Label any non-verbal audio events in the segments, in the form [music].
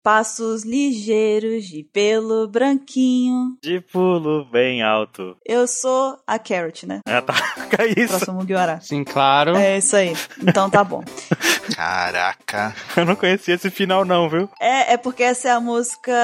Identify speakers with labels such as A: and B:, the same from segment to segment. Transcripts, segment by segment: A: Passos ligeiros de pelo branquinho.
B: De pulo bem
C: [laughs]
B: alto.
A: Eu sou a Carrot, né?
B: Ah, tá.
C: É
B: Que isso?
A: Próximo Mugiwara.
D: Sim, claro.
A: É isso aí. Então tá bom.
C: Caraca.
B: Eu não conhecia esse final, não, viu?
A: É, é porque essa é a música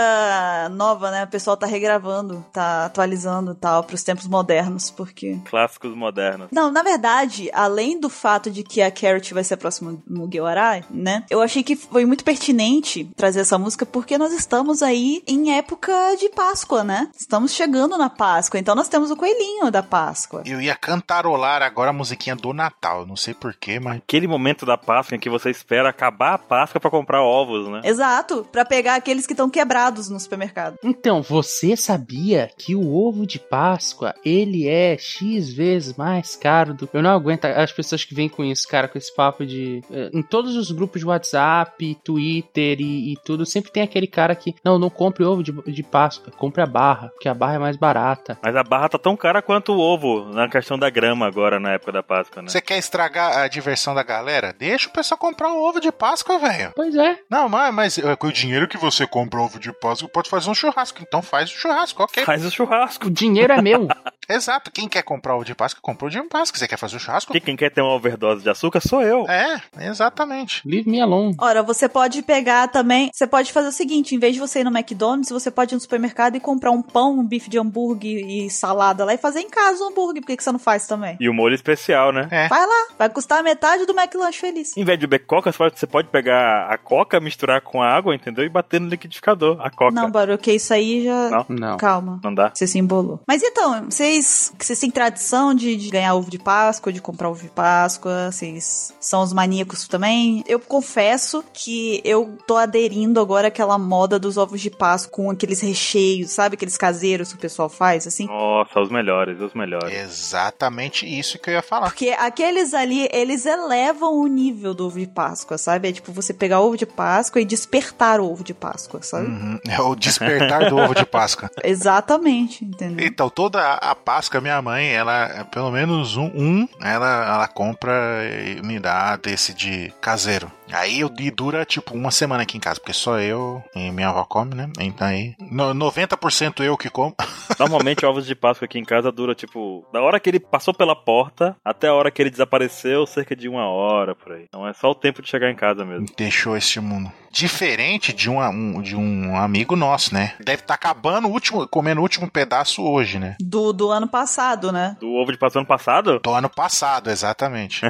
A: nova, né? O pessoal tá regravando, tá atualizando e tal, pros tempos modernos, porque.
B: Clássicos modernos.
A: Não, na verdade, além do fato de que a Carrot vai ser a próxima Mugiwara, né? Eu achei que foi muito pertinente trazer essa música porque nós estamos aí em época de Páscoa, né? Estamos chegando na Páscoa, então nós temos o coelhinho da Páscoa.
C: Eu ia cantarolar agora a musiquinha do Natal, não sei porquê, mas.
B: Aquele momento da Páscoa em que você espera acabar a Páscoa pra comprar ovos, né?
A: Exato, pra pegar aqueles que estão quebrados no supermercado.
D: Então, você sabia que o ovo de Páscoa, ele é X vezes mais caro do que... Eu não aguento as pessoas que vêm com isso, cara, com esse papo de... eh, Em todos os grupos de WhatsApp, Twitter e, e tudo, sempre tem aquele cara que... Não, não compre ovo de, de Páscoa, compre a barra, porque a barra é mais barata.
B: Mas a barra tá tão cara quanto o ovo na questão da grama agora, na época da Páscoa, né?
C: Você quer estragar a diversão da galera? Deixa o pessoal comprar um ovo de Páscoa, velho.
D: Pois é,
C: Não, mas, mas é, com o dinheiro que você compra um ovo de Páscoa, pode fazer um churrasco. Então faz o churrasco, ok.
B: Faz o churrasco.
D: o dinheiro é [laughs] meu.
C: Exato. Quem quer comprar ovo de Páscoa, comprou de Páscoa. Você quer fazer o churrasco?
B: Que quem quer ter uma overdose de açúcar sou eu.
C: É, exatamente.
D: Leave me alone.
A: Ora, você pode pegar também. Você pode fazer o seguinte: em vez de você ir no McDonald's, você pode ir no supermercado e comprar um pão, um bife de hambúrguer e salada lá e fazer em casa o hambúrguer. Por que, que você não faz também?
B: E o molho especial, né?
C: É.
A: Vai lá, vai custar metade do McLanche feliz.
B: Em vez de beber coca, você pode- você pode pegar a coca, misturar com a água, entendeu? E bater no liquidificador, a coca.
A: Não, Baruque, isso aí já.
B: Não?
D: Não.
A: Calma.
B: Não dá?
A: Você se embolou. Mas então, vocês, vocês têm tradição de, de ganhar ovo de Páscoa, de comprar ovo de Páscoa, vocês são os maníacos também? Eu confesso que eu tô aderindo agora àquela moda dos ovos de Páscoa com aqueles recheios, sabe? Aqueles caseiros que o pessoal faz, assim.
B: Nossa, os melhores, os melhores.
C: Exatamente isso que eu ia falar.
A: Porque aqueles ali, eles elevam o nível do ovo de Páscoa, sabe? É tipo você pegar ovo de Páscoa e despertar o ovo de Páscoa, sabe?
C: Uhum. É o despertar do ovo de Páscoa.
A: Exatamente, entendeu?
C: Então, toda a a Páscoa, minha mãe, ela, pelo menos um, um, ela, ela compra e me dá desse de caseiro. Aí eu e dura tipo uma semana aqui em casa, porque só eu e minha avó come, né? Então aí. no- 90% eu que como. [laughs]
B: Normalmente ovos de Páscoa aqui em casa dura tipo da hora que ele passou pela porta até a hora que ele desapareceu, cerca de uma hora por aí. Então é só o tempo de chegar em casa mesmo.
C: Deixou este mundo. Diferente de um, um- de um amigo nosso, né? Deve estar acabando o último, comendo o último pedaço hoje, né?
A: Do, do ano passado, né?
B: Do ovo de Páscoa ano passado? [laughs]
C: Do ano passado, exatamente.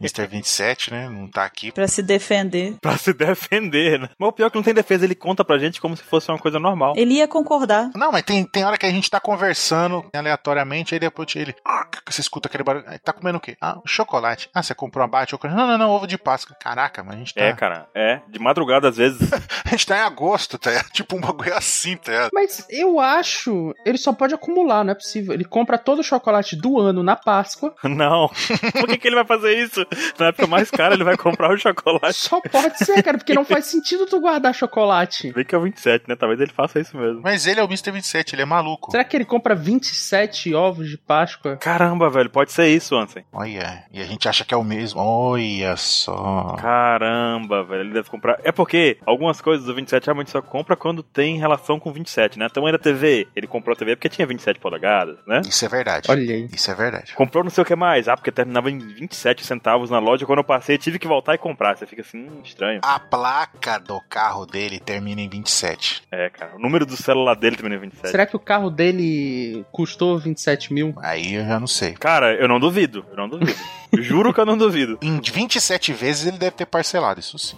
C: Mr. 27, né? Não tá aqui.
A: Pra se defender.
B: Pra se defender, né? Mas o pior é que não tem defesa, ele conta pra gente como se fosse uma coisa normal.
A: Ele ia concordar.
C: Não, mas tem, tem hora que a gente tá conversando aleatoriamente, aí depois ele. Ah, você escuta aquele barulho. "Ah, Tá comendo o quê? Ah, chocolate. Ah, você comprou uma barra de chocolate. Não, não, não, ovo de Páscoa. Caraca, mas a gente tá.
B: É, cara, é. De madrugada às vezes.
C: [laughs]
B: [laughs]
C: A gente tá em agosto, tá? [laughs] ligado? Tipo um bagulho assim, tá? ligado?
D: Mas eu acho, ele só pode acumular, não é possível. Ele compra todo o chocolate do ano na Páscoa,
B: não. Por que, que ele vai fazer isso? Na época mais cara ele vai comprar o chocolate.
D: só pode ser, cara, porque não faz sentido tu guardar chocolate.
B: Vê que é o 27, né? Talvez ele faça isso mesmo.
C: Mas ele é o Mr. 27, ele é maluco.
D: Será que ele compra 27 ovos de Páscoa?
B: Caramba, velho, pode ser isso, Ansem.
C: Olha, e a gente acha que é o mesmo. Olha só.
B: Caramba, velho, ele deve comprar. É porque algumas coisas do 27 realmente só compra quando tem relação com o 27, né? Então era TV, ele comprou a TV porque tinha 27 polegadas, né?
C: Isso é verdade.
D: Olha aí.
C: Isso é verdade.
B: Comprou não sei o que mais. Ah, porque terminava em 27 centavos na loja. Quando eu passei, tive que voltar e comprar. Você fica assim, hum, estranho.
C: A placa do carro dele termina em 27.
B: É, cara. O número do celular dele também é 27.
D: Será que o carro dele custou 27 mil?
C: Aí eu já não sei.
B: Cara, eu não duvido. Eu não duvido. Juro que eu não duvido.
C: Em 27 vezes ele deve ter parcelado, isso sim.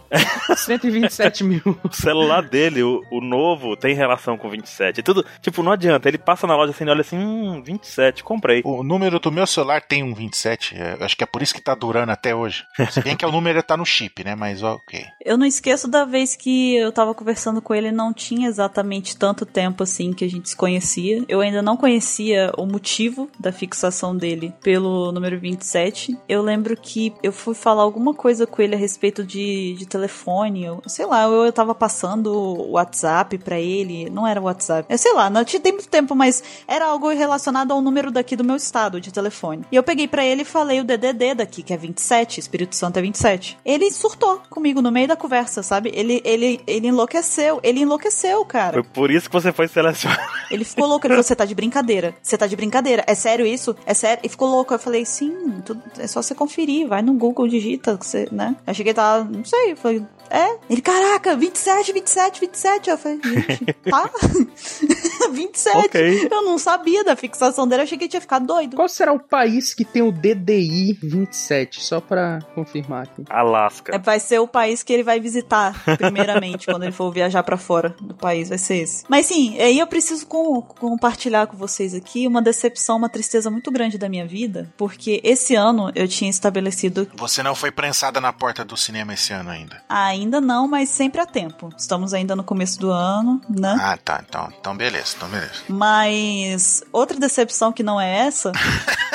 D: 127 mil.
B: O celular dele, o, o novo, tem relação com 27. E tudo, tipo, não adianta. Ele passa na loja assim, ele olha assim, hum, 27, comprei.
C: O número do meu celular tem um 27. é, eu acho que é por isso que tá durando até hoje. Se bem que o número tá no chip, né? Mas ok.
A: Eu não esqueço da vez que eu tava conversando com ele, não tinha exatamente tanto tempo assim que a gente se conhecia. Eu ainda não conhecia o motivo da fixação dele pelo número 27. Eu lembro que eu fui falar alguma coisa com ele a respeito de, de telefone. Eu, sei lá, eu, eu tava passando o WhatsApp pra ele, não era o WhatsApp. Eu sei lá, não tinha muito tempo, mas era algo relacionado ao número daqui do meu estado de telefone. E eu peguei pra ele e falei o DDD daqui, que é 27, Espírito Santo é 27. Ele surtou comigo no meio da conversa, sabe? Ele ele ele enlouqueceu, ele enlouqueceu, cara.
B: Foi por isso que você foi selecionado.
A: Ele ficou louco, ele falou: "Você tá de brincadeira. Você tá de brincadeira. É sério isso? É sério?" E ficou louco. Eu falei: "Sim, tudo- é só você conferir, vai no Google, digita, que você, né?" Eu cheguei lá, não sei, foi é? Ele, caraca, 27, 27, 27. Eu falei, gente, tá? [laughs] 27.
B: ok.
A: Eu não sabia da fixação dele, eu achei que ele tinha ficado doido.
D: [laughs] Qual será o país que tem o DDI 27? Só pra confirmar aqui.
B: Alasca.
A: É, Vai ser o país que ele vai visitar, primeiramente, [laughs] quando ele for viajar pra fora do país, vai ser esse. Mas sim, aí eu preciso com- compartilhar com vocês aqui uma decepção, uma tristeza muito grande da minha vida, porque esse ano eu tinha estabelecido
C: Você não foi prensada na porta do cinema esse ano ainda.
A: ainda não, mas sempre a tempo. Estamos ainda no começo do ano, né?
C: Ah, tá. Então, então beleza, então beleza.
A: Mas outra decepção que não é essa,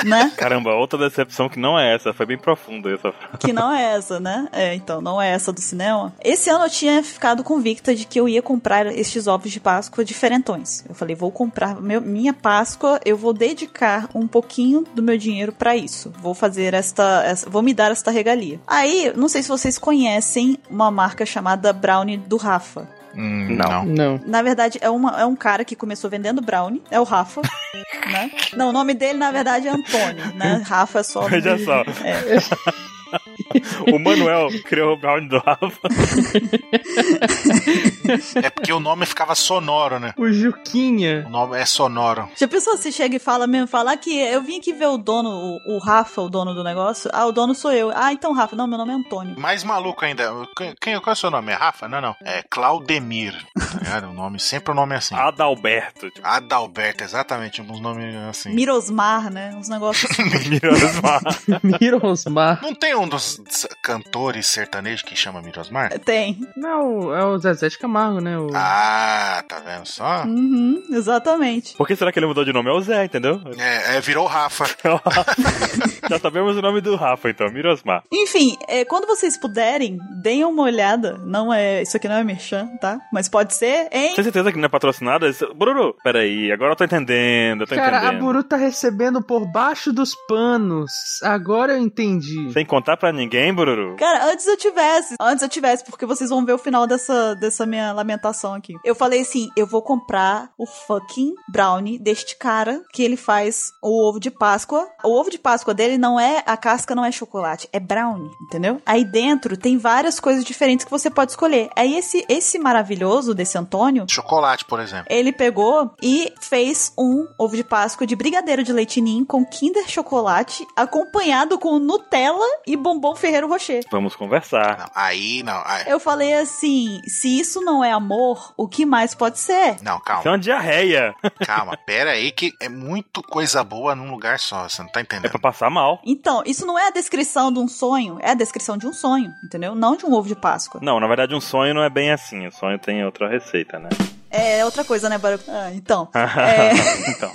A: né?
B: Caramba, outra decepção que não é essa, foi bem profunda essa frase.
A: Que não é essa, né? É, então, não é essa do cinema. Esse ano eu tinha ficado convicta de que eu ia comprar estes ovos de Páscoa diferentões. Eu falei, vou comprar meu- minha Páscoa, eu vou dedicar um pouquinho do meu dinheiro pra isso. Vou fazer esta, essa- vou me dar esta regalia. Aí, não sei se vocês conhecem uma marca chamada Brownie do Rafa.
C: Hum,
B: Não.
D: Não.
A: Na verdade, é, uma- é um cara que começou vendendo brownie, é o Rafa, [laughs] né? Não, o nome dele, na verdade, é Antônio, né? Rafa é só... É.
B: Veja
A: [laughs]
B: só. O Manuel criou o Brown do Rafa.
C: É porque o nome ficava sonoro, né?
D: O Juquinha. [laughs]
C: O nome é sonoro.
A: Já pensou se chega e fala mesmo, falar que eu vim aqui ver o dono, o, o Rafa, o dono do negócio? Ah, o dono sou eu. Ah, então, Rafa, não, meu nome é Antônio.
C: Mais maluco ainda. Quem, quem- qual é o seu nome? É Rafa? Não, não. É Claudemir. Tá ligado? O nome, sempre o nome é assim.
B: Adalberto. Tipo, [laughs]
C: Adalberto, exatamente. Uns nomes assim.
A: Mirosmar, né? Uns negócios.
B: Mirosmar.
D: Mirosmar.
C: Não tem um dos s- cantores sertanejos que chama Mirosmar?
A: [laughs] Tem.
D: Não, é o Zezé de Camargo, né? O...
C: Ah, tá vendo só?
A: Uhum, exatamente.
B: Por que será que ele mudou de nome? É o Zé, entendeu? Então,
C: É, é, virou Rafa.
B: [laughs] Já sabemos o nome do Rafa, então, Mirosmar.
A: Enfim, é, quando vocês puderem, deem uma olhada. Não é. Isso aqui não é merchan, tá? Mas pode ser, hein?
B: Tem certeza que não é patrocinado? Isso- Bruno, peraí, agora eu tô entendendo, eu tô
D: Cara, a
B: entendendo.
D: Buru tá recebendo por baixo dos panos. Agora eu [laughs] entendi.
B: Sem contar pra ninguém, Bururu.
A: Cara, antes eu tivesse, antes eu tivesse, porque vocês vão ver o final dessa, dessa minha lamentação aqui. Eu falei assim: eu vou comprar o fucking brownie deste cara que ele faz o ovo de Páscoa. O ovo de Páscoa dele não é, a casca não é chocolate, é brownie, entendeu? Aí dentro tem várias coisas diferentes que você pode escolher. Aí esse, esse maravilhoso desse Antônio,
C: Chocolate, por exemplo.
A: ele pegou e fez um ovo de Páscoa de brigadeiro de leite ninho com Kinder Chocolate, acompanhado com Nutella e bombom Ferreiro Rocher.
B: Vamos conversar.
C: Não, aí não. aí-
A: Eu falei assim: se isso não é amor, o que mais pode ser?
C: não,
B: Isso é
C: calma,
B: uma diarreia.
C: calma. Pera aí que é muito coisa boa num lugar só. Você não tá
B: É
C: entendendo.
B: pra passar mal.
A: Então, isso não é a descrição de um sonho, é a descrição de um sonho, entendeu? Não de um ovo de Páscoa.
B: Não, na verdade, um sonho não é bem assim. O sonho tem outra receita, né?
A: É outra coisa, né, Baruch? Ah, então. É.
B: [laughs] então.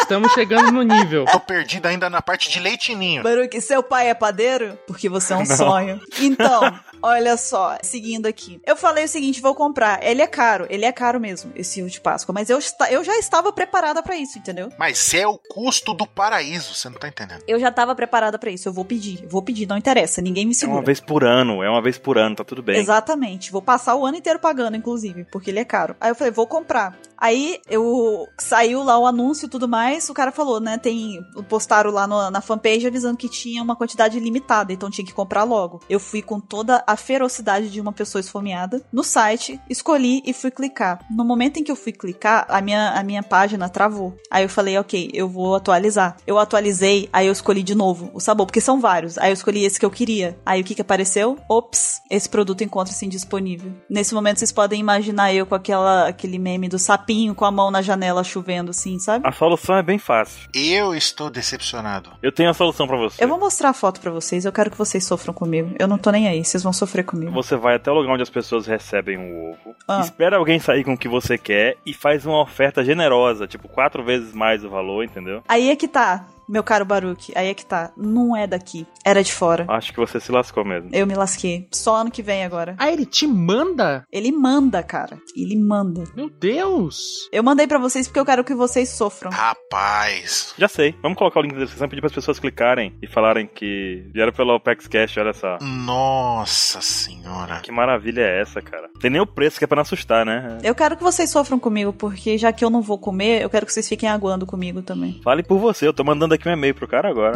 D: Estamos chegando no nível.
C: Tô perdido ainda na parte de leitinho.
A: Baruque, seu pai é padeiro? Porque você
B: [laughs]
A: é um sonho. Então, olha só, seguindo aqui. Eu falei o seguinte, vou comprar. Ele é caro, ele é caro mesmo, esse ovo de Páscoa. Mas eu, esta- eu já estava preparada pra isso, entendeu?
C: Mas é o custo do paraíso. Você não tá entendendo.
A: Eu já estava preparada pra isso. Eu vou pedir, eu vou pedir, não interessa, ninguém me
B: É uma
A: segura.
B: vez por ano, é uma vez por ano, tá tudo bem.
A: Exatamente. Vou passar o ano inteiro pagando, inclusive, porque ele é caro. Aí eu falei, vou comprar. Aí eu saiu lá o anúncio e tudo mais. O cara falou, né? Tem. Postaram lá no- na fanpage avisando que tinha uma quantidade limitada, então tinha que comprar logo. Eu fui com toda a ferocidade de uma pessoa esfomeada no site, escolhi e fui clicar. No momento em que eu fui clicar, a minha, a minha página travou. Aí eu falei, ok, eu vou atualizar. Eu atualizei, aí eu escolhi de novo o sabor, porque são vários. Aí eu escolhi esse que eu queria. Aí o que que apareceu? Ops, esse produto encontra-se indisponível. Nesse momento vocês podem imaginar eu com aquela, aquele meme do sapinho com a mão na janela chovendo assim, sabe?
B: A solução é bem fácil.
C: Eu estou decepcionado.
B: Eu tenho a solução pra você.
A: Eu vou mostrar a foto pra vocês, eu quero que vocês sofram comigo. Eu não tô nem aí, vocês vão sofrer comigo.
B: Você vai até o lugar onde as pessoas recebem o ovo,
A: Ah.
B: espera alguém sair com o que você quer e faz uma oferta generosa, tipo quatro vezes mais o valor, entendeu?
A: Aí é que tá. Meu caro Baruque, aí é que tá. Não é daqui. Era de fora.
B: Acho que você se lascou mesmo.
A: Eu me lasquei. Só ano que vem agora.
D: Ah, ele te manda?
A: Ele manda, cara. Ele manda.
D: Meu Deus! [laughs]
A: Eu mandei pra vocês porque eu quero que vocês sofram.
C: Rapaz.
B: Já sei. Vamos colocar o link na descrição e pedir para as pessoas clicarem e falarem que vieram pelo Apex Cash, olha só.
C: Nossa senhora.
B: Que maravilha é essa, cara? Tem nem o preço que é pra não assustar, né?
A: Eu quero que vocês sofram comigo, porque já que eu não vou comer, eu quero que vocês fiquem aguando comigo também. [laughs]
B: Fale por você, eu tô mandando aqui um e-mail pro cara agora.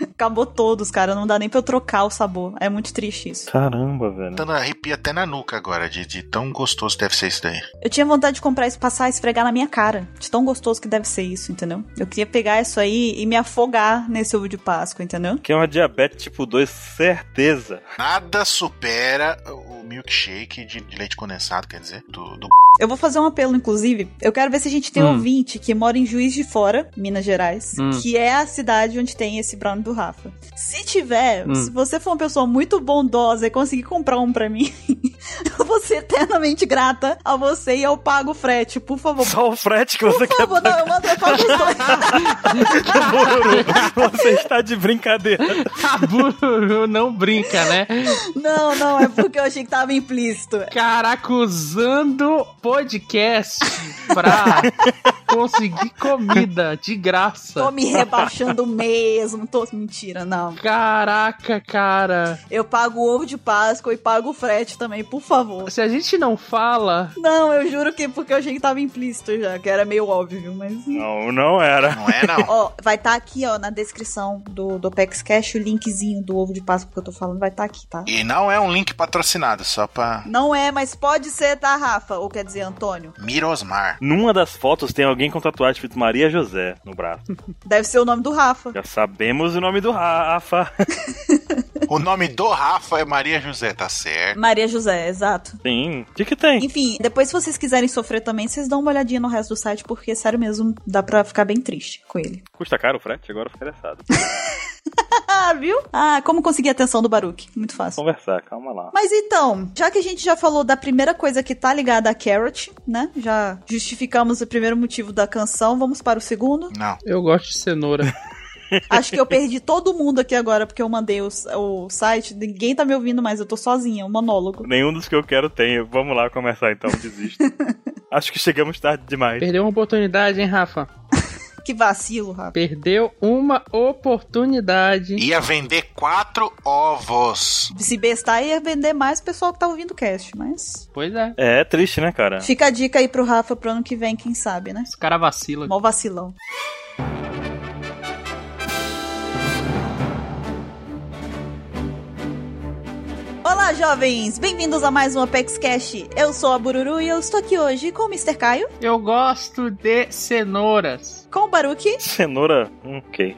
A: Acabou todos, cara. Não dá nem pra eu trocar o sabor. É muito triste isso.
B: Caramba, velho.
C: Tá na arrepia até na nuca agora, de, de tão gostoso deve ser isso daí.
A: Eu tinha vontade de comprar isso, passar e esfregar na minha cara. De tão gostoso que deve ser isso, entendeu? Eu queria pegar isso aí e me afogar nesse ovo de Páscoa, entendeu?
B: Que é uma diabetes tipo 2, certeza.
C: Nada supera o milkshake de, de leite condensado, quer dizer, do, do
A: Eu vou fazer um apelo, inclusive. Eu quero ver se a gente tem
D: Hum.
A: ouvinte que mora em Juiz de Fora, Minas Gerais,
D: Hum.
A: que é a cidade onde tem esse brownie do Rafa. Se tiver,
D: Hum.
A: se você for uma pessoa muito bondosa e conseguir comprar um pra mim, [laughs] eu vou ser eternamente grata a você e eu pago o frete, por favor.
B: Só tá o frete que você
A: Por
B: quer
A: favor, não, eu mando, eu pago os dois.
D: [laughs]
B: Bururu, Você está de brincadeira.
D: Caburu não brinca, né?
A: Não, não, é porque eu achei que tava implícito.
D: Caraca, usando podcast pra conseguir comida de
A: Tô
D: graça.
A: me rebaixando mesmo, tô... Mentira, não.
D: Caraca, cara.
A: Eu pago o ovo de Páscoa e pago o frete também, por favor.
D: Se a gente não fala,
A: Não, eu juro que porque eu achei que tava implícito já, que era meio óbvio, mas...
B: Não, não era.
C: Não é, não.
A: Ó, vai estar tá aqui, ó, na descrição do, do Apex Cash, o linkzinho do ovo de Páscoa que eu tô falando, vai estar tá aqui, tá?
C: E não é um link patrocinado, só pra
A: Não é, mas pode ser, tá, Rafa? Ou quer dizer, Antônio?
C: Mirosmar.
B: Numa das fotos tem alguém com tatuagem escrito Maria José no braço.
A: Deve ser o nome do Rafa.
B: Já sabemos o nome do Rafa.
C: O nome do Rafa é Maria José, tá certo?
A: Maria José, exato.
B: Sim. O que que tem?
A: Enfim, depois se vocês quiserem sofrer também, vocês dão uma olhadinha no resto do site, porque, sério mesmo, dá pra ficar bem triste com ele.
B: Custa caro o frete? Agora eu fico interessado.
A: [laughs] Ah, viu? Ah, como conseguir a atenção do Baruque? Muito fácil.
B: Conversar, calma lá.
A: Mas então, já que a gente já falou da primeira coisa que tá ligada à Carrot, né? Já justificamos o primeiro motivo da canção, vamos para o
C: [laughs]
A: segundo.
C: Não.
D: eu gosto de cenoura.
A: Acho que eu perdi todo mundo aqui agora, porque eu mandei o, o site, ninguém tá me ouvindo mais, eu tô sozinha, um monólogo.
B: Nenhum dos que eu quero tem. Vamos lá começar então, desisto. Acho que chegamos tarde demais.
D: Perdeu uma oportunidade, hein, Rafa?
A: Que vacilo, Rafa.
D: Perdeu uma oportunidade.
C: Ia vender quatro ovos.
A: Se bestar ia vender mais o pessoal que tá ouvindo o cast, mas.
D: Pois é.
B: É triste, né, cara?
A: Fica a dica aí pro Rafa pro ano que vem, quem sabe, né?
D: Esse cara vacila.
A: Mó vacilão. Olá, jovens! Bem-vindos a mais um Apex Cash. Eu sou a Bururu e eu estou aqui hoje com o Mr. Caio,
D: Eu gosto de cenouras.
A: com o Baruki.
B: Cenoura, um ok.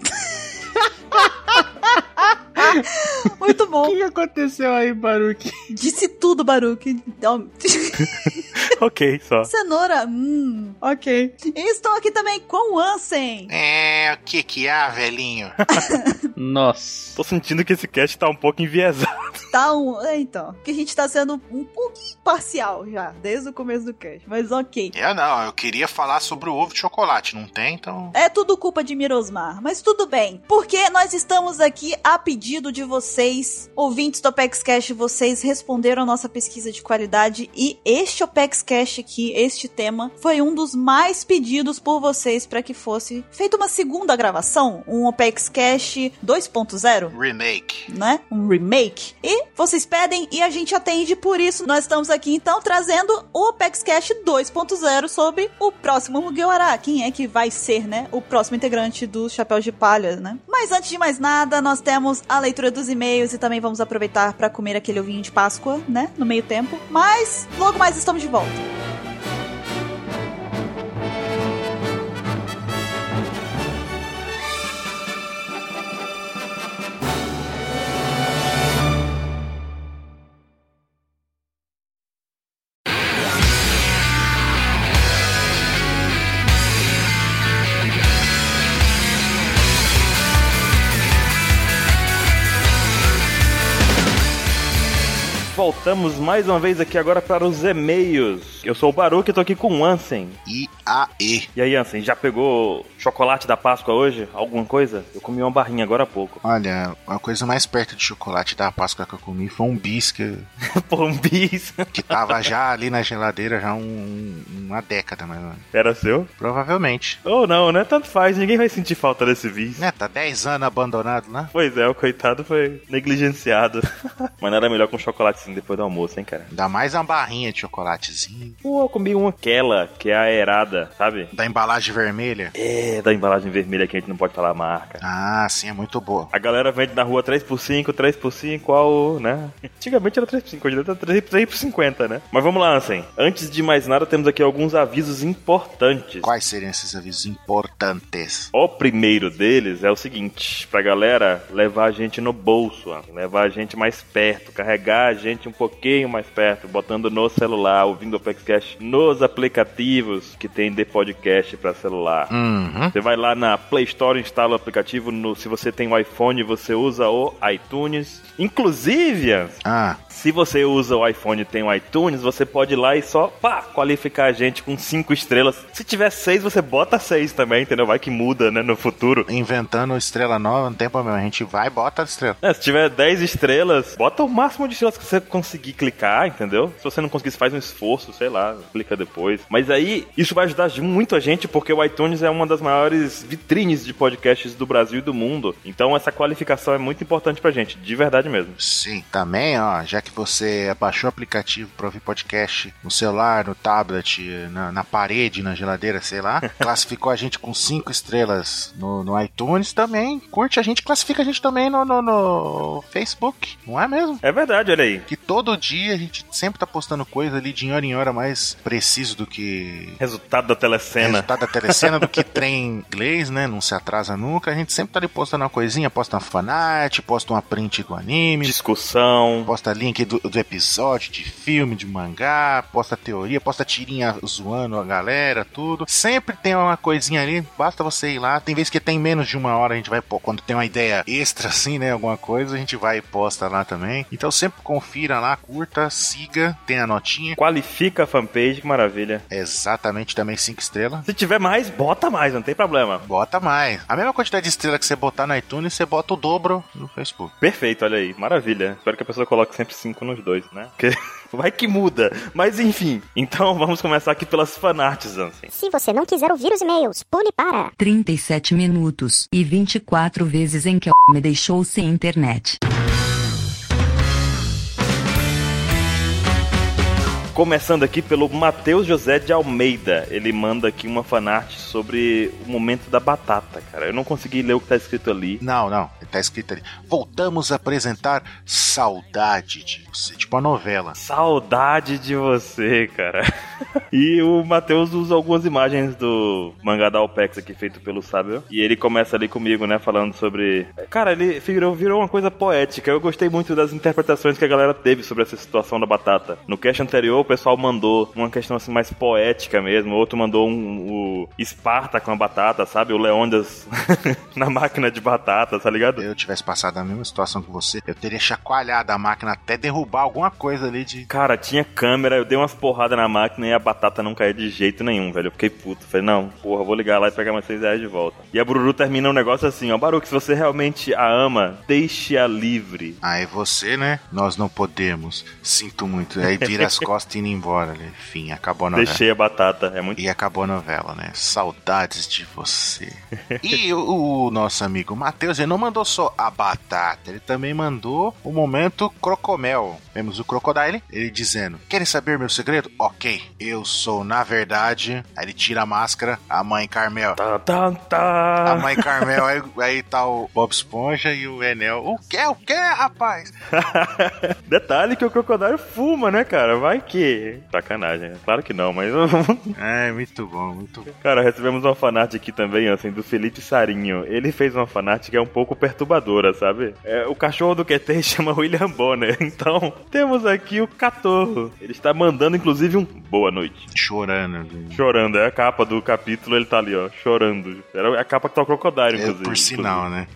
A: Muito
D: O
A: bom.
D: que aconteceu aí, Baruque?
A: Disse tudo, Baruki. Então,
B: [laughs] ok,
A: [laughs]
B: só.
A: Cenoura, hum, ok. E estou aqui também com o Ansem.
C: É, o que que há, velhinho?
D: Nossa.
B: Tô sentindo que esse cast tá um pouco enviesado.
A: Tá um. é, Então, que a gente tá sendo um pouquinho parcial já, desde o começo do cast, mas ok.
C: Eu não, eu queria falar sobre o ovo de chocolate, não tem? Então.
A: É tudo culpa de Mirosmar, mas tudo bem, porque nós estamos aqui a pedido de vocês, ouvintes do Opex Cash, vocês responderam a nossa pesquisa de qualidade e este Opex Cash aqui, este tema, foi um dos mais pedidos por vocês para que fosse feita uma segunda gravação, um Opex Cash 2.0
C: Remake.
A: né? Um remake. E vocês pedem e a gente atende, por isso nós estamos aqui então trazendo o Apex Cash 2.0 sobre o próximo Mugiwara. Quem é que vai ser, né? O próximo integrante do Chapéu de Palha, né? Mas antes de mais nada, nós temos a leitura dos e-mails e também vamos aproveitar para comer aquele ovinho de Páscoa, né? No meio tempo. Mas logo mais estamos de volta.
B: Voltamos mais uma vez aqui agora para os e-mails. Eu sou o Baruque e tô aqui com o Ansem.
C: I-A-E.
B: E aí, Ansem, já pegou chocolate da Páscoa hoje? Alguma coisa? Eu comi uma barrinha agora há
C: [laughs]
B: pouco.
C: Olha, a coisa mais perto de chocolate da Páscoa que eu comi foi um bis que,
B: Pombis.
C: que tava já ali na geladeira já um- uma década, mais ou menos.
B: Era seu?
C: Provavelmente.
B: Ou não, né? Tanto faz, ninguém vai sentir falta desse bis.
C: Né, tá 10 anos abandonado né? lá.
B: Pois é, o coitado foi negligenciado. Mas nada melhor com chocolate sim depois do almoço, hein, cara?
C: Ainda mais uma barrinha de chocolatezinho.
B: Pô, eu comi uma aquela, que é aerada, sabe?
C: Da embalagem vermelha.
B: É, da embalagem vermelha que a gente não pode falar a marca.
C: Ah, sim, é muito boa.
B: A galera vende na rua 3x5, 3x5, ao, né? Antigamente era 3x5, hoje tá 3, 3x50, né? Mas vamos lá, Ansem. Antes de mais nada, temos aqui alguns avisos importantes.
C: Quais seriam esses avisos importantes?
B: O primeiro deles é o seguinte, pra galera levar a gente no bolso, ó, levar a gente mais perto, carregar a gente um pouquinho mais perto, botando no celular, ouvindo o Plexcast nos aplicativos que tem de podcast pra celular.
C: Uhum.
B: Você vai lá na Play Store, instala o aplicativo. No, se você tem o iPhone, você usa o iTunes. Inclusive, Ian,
C: Ah,
B: se você usa o iPhone e tem o iTunes, você pode ir lá e só pá, qualificar a gente com cinco estrelas. Se tiver seis, você bota seis também, entendeu? Vai que muda, né, no futuro.
C: inventando estrela nova, não tem problema. A gente vai e bota a estrela.
B: [laughs] É, se tiver 10 estrelas, bota o máximo de estrelas que você conseguir clicar, entendeu? Se você não conseguir, você faz um esforço, sei lá, clica depois. Mas aí, isso vai ajudar muito a gente, porque o iTunes é uma das maiores vitrines de podcasts do Brasil e do mundo. Então, essa qualificação é muito importante pra gente, de verdade mesmo.
C: Sim, também, ó, já que você abaixou o aplicativo pra ouvir podcast no celular, no tablet, na, na parede, na geladeira, sei lá, classificou a gente com cinco estrelas no, no iTunes também. Curte a gente, classifica a gente também no, no, no Facebook, não é mesmo?
B: É verdade, olha aí.
C: Que todo dia a gente sempre tá postando coisa ali de hora em hora mais preciso do que
B: Resultado da telecena.
C: Resultado da telecena do que trem inglês, né? Não se atrasa nunca. A gente sempre tá ali postando uma coisinha, posta uma fanart, posta uma print do anime,
B: É. Discussão.
C: posta link do, do episódio, de filme, de mangá, posta teoria, posta tirinha zoando a galera, tudo. Sempre tem uma coisinha ali, basta você ir lá. Tem vezes que tem menos de uma hora, a gente vai, pô, quando tem uma ideia extra assim, né? Alguma coisa, a gente vai e posta lá também. Então sempre confira lá, curta, siga, tem a notinha.
B: Qualifica a fanpage, que maravilha.
C: Exatamente, também cinco estrelas.
B: Se tiver mais, bota mais, não tem problema.
C: Bota mais. A mesma quantidade de estrela que você botar no iTunes, você bota o dobro no Facebook.
B: Perfeito, olha aí, maravilha. Espero que a pessoa coloque sempre 5 nos dois, né? Porque [laughs] vai que muda. Mas enfim, então [laughs] vamos começar aqui pelas fanarts, assim. Ansem.
E: Se você não quiser ouvir os e-mails, pule para.
F: 37 minutos e 24 vezes em que a me deixou sem internet.
B: Começando aqui pelo Matheus José de Almeida. Ele manda aqui uma fanart sobre o momento da batata, cara. Eu não consegui ler o que tá escrito ali.
C: Não, não. Tá escrito ali. Voltamos a apresentar Saudade de Você. Tipo a novela.
B: Saudade de você, cara. [laughs] e o Matheus usa algumas imagens do mangá da Alpex aqui feito pelo Sábio. E ele começa ali comigo, né, falando sobre. Cara, ele virou, virou uma coisa poética. Eu gostei muito das interpretações que a galera teve sobre essa situação da batata. No cast anterior, o pessoal mandou uma questão assim mais poética mesmo. Outro mandou um, o Esparta com a batata, sabe? O Leondas [laughs] na máquina de batata, tá ligado?
C: Se eu tivesse passado a mesma situação que você, eu teria chacoalhado a máquina até derrubar alguma coisa ali de.
B: Cara, tinha câmera, eu dei umas porradas na máquina e a batata não caía de jeito nenhum, velho. Eu fiquei puto. Falei, não, porra, vou ligar lá e pegar mais 6 reais de volta. E a Bururu termina um negócio assim, ó. Baruque, se você realmente a ama, deixe-a livre.
C: Aí você, né? Nós não podemos. Sinto muito. Aí vira as costas e indo embora ali. Enfim, acabou a novela.
B: Deixei a batata. É muito.
C: E acabou a novela, né? Saudades de você. e o, o nosso amigo Matheus, ele não mandou só a batata, ele também mandou o momento crocomel. Vemos o Crocodile, ele dizendo: Querem saber meu segredo? Ok, eu sou, na verdade. Aí ele tira a máscara, a mãe Carmel.
B: Tá, tá,
C: A
B: tá.
C: mãe Carmel, aí, aí tá o Bob Esponja e o Enel. O que? O que, rapaz?
B: Detalhe que o crocodilo fuma, né, cara? Vai que. Sacanagem, né? Claro que não, mas [laughs]
C: É, muito bom, muito bom.
B: Cara, recebemos uma fanart aqui também, assim, do Felipe Sarinho. Ele fez [laughs] uma fanart que é um pouco perturbadora, sabe? É, o cachorro do QT chama William Bonner, então Temos aqui o Catorro. Ele está mandando, inclusive, um boa noite.
C: Chorando.
B: Chorando, é a capa do capítulo, ele tá ali, ó, chorando. Era a capa que tá o Crocodile,
C: É,
B: inclusive.
C: por sinal, né?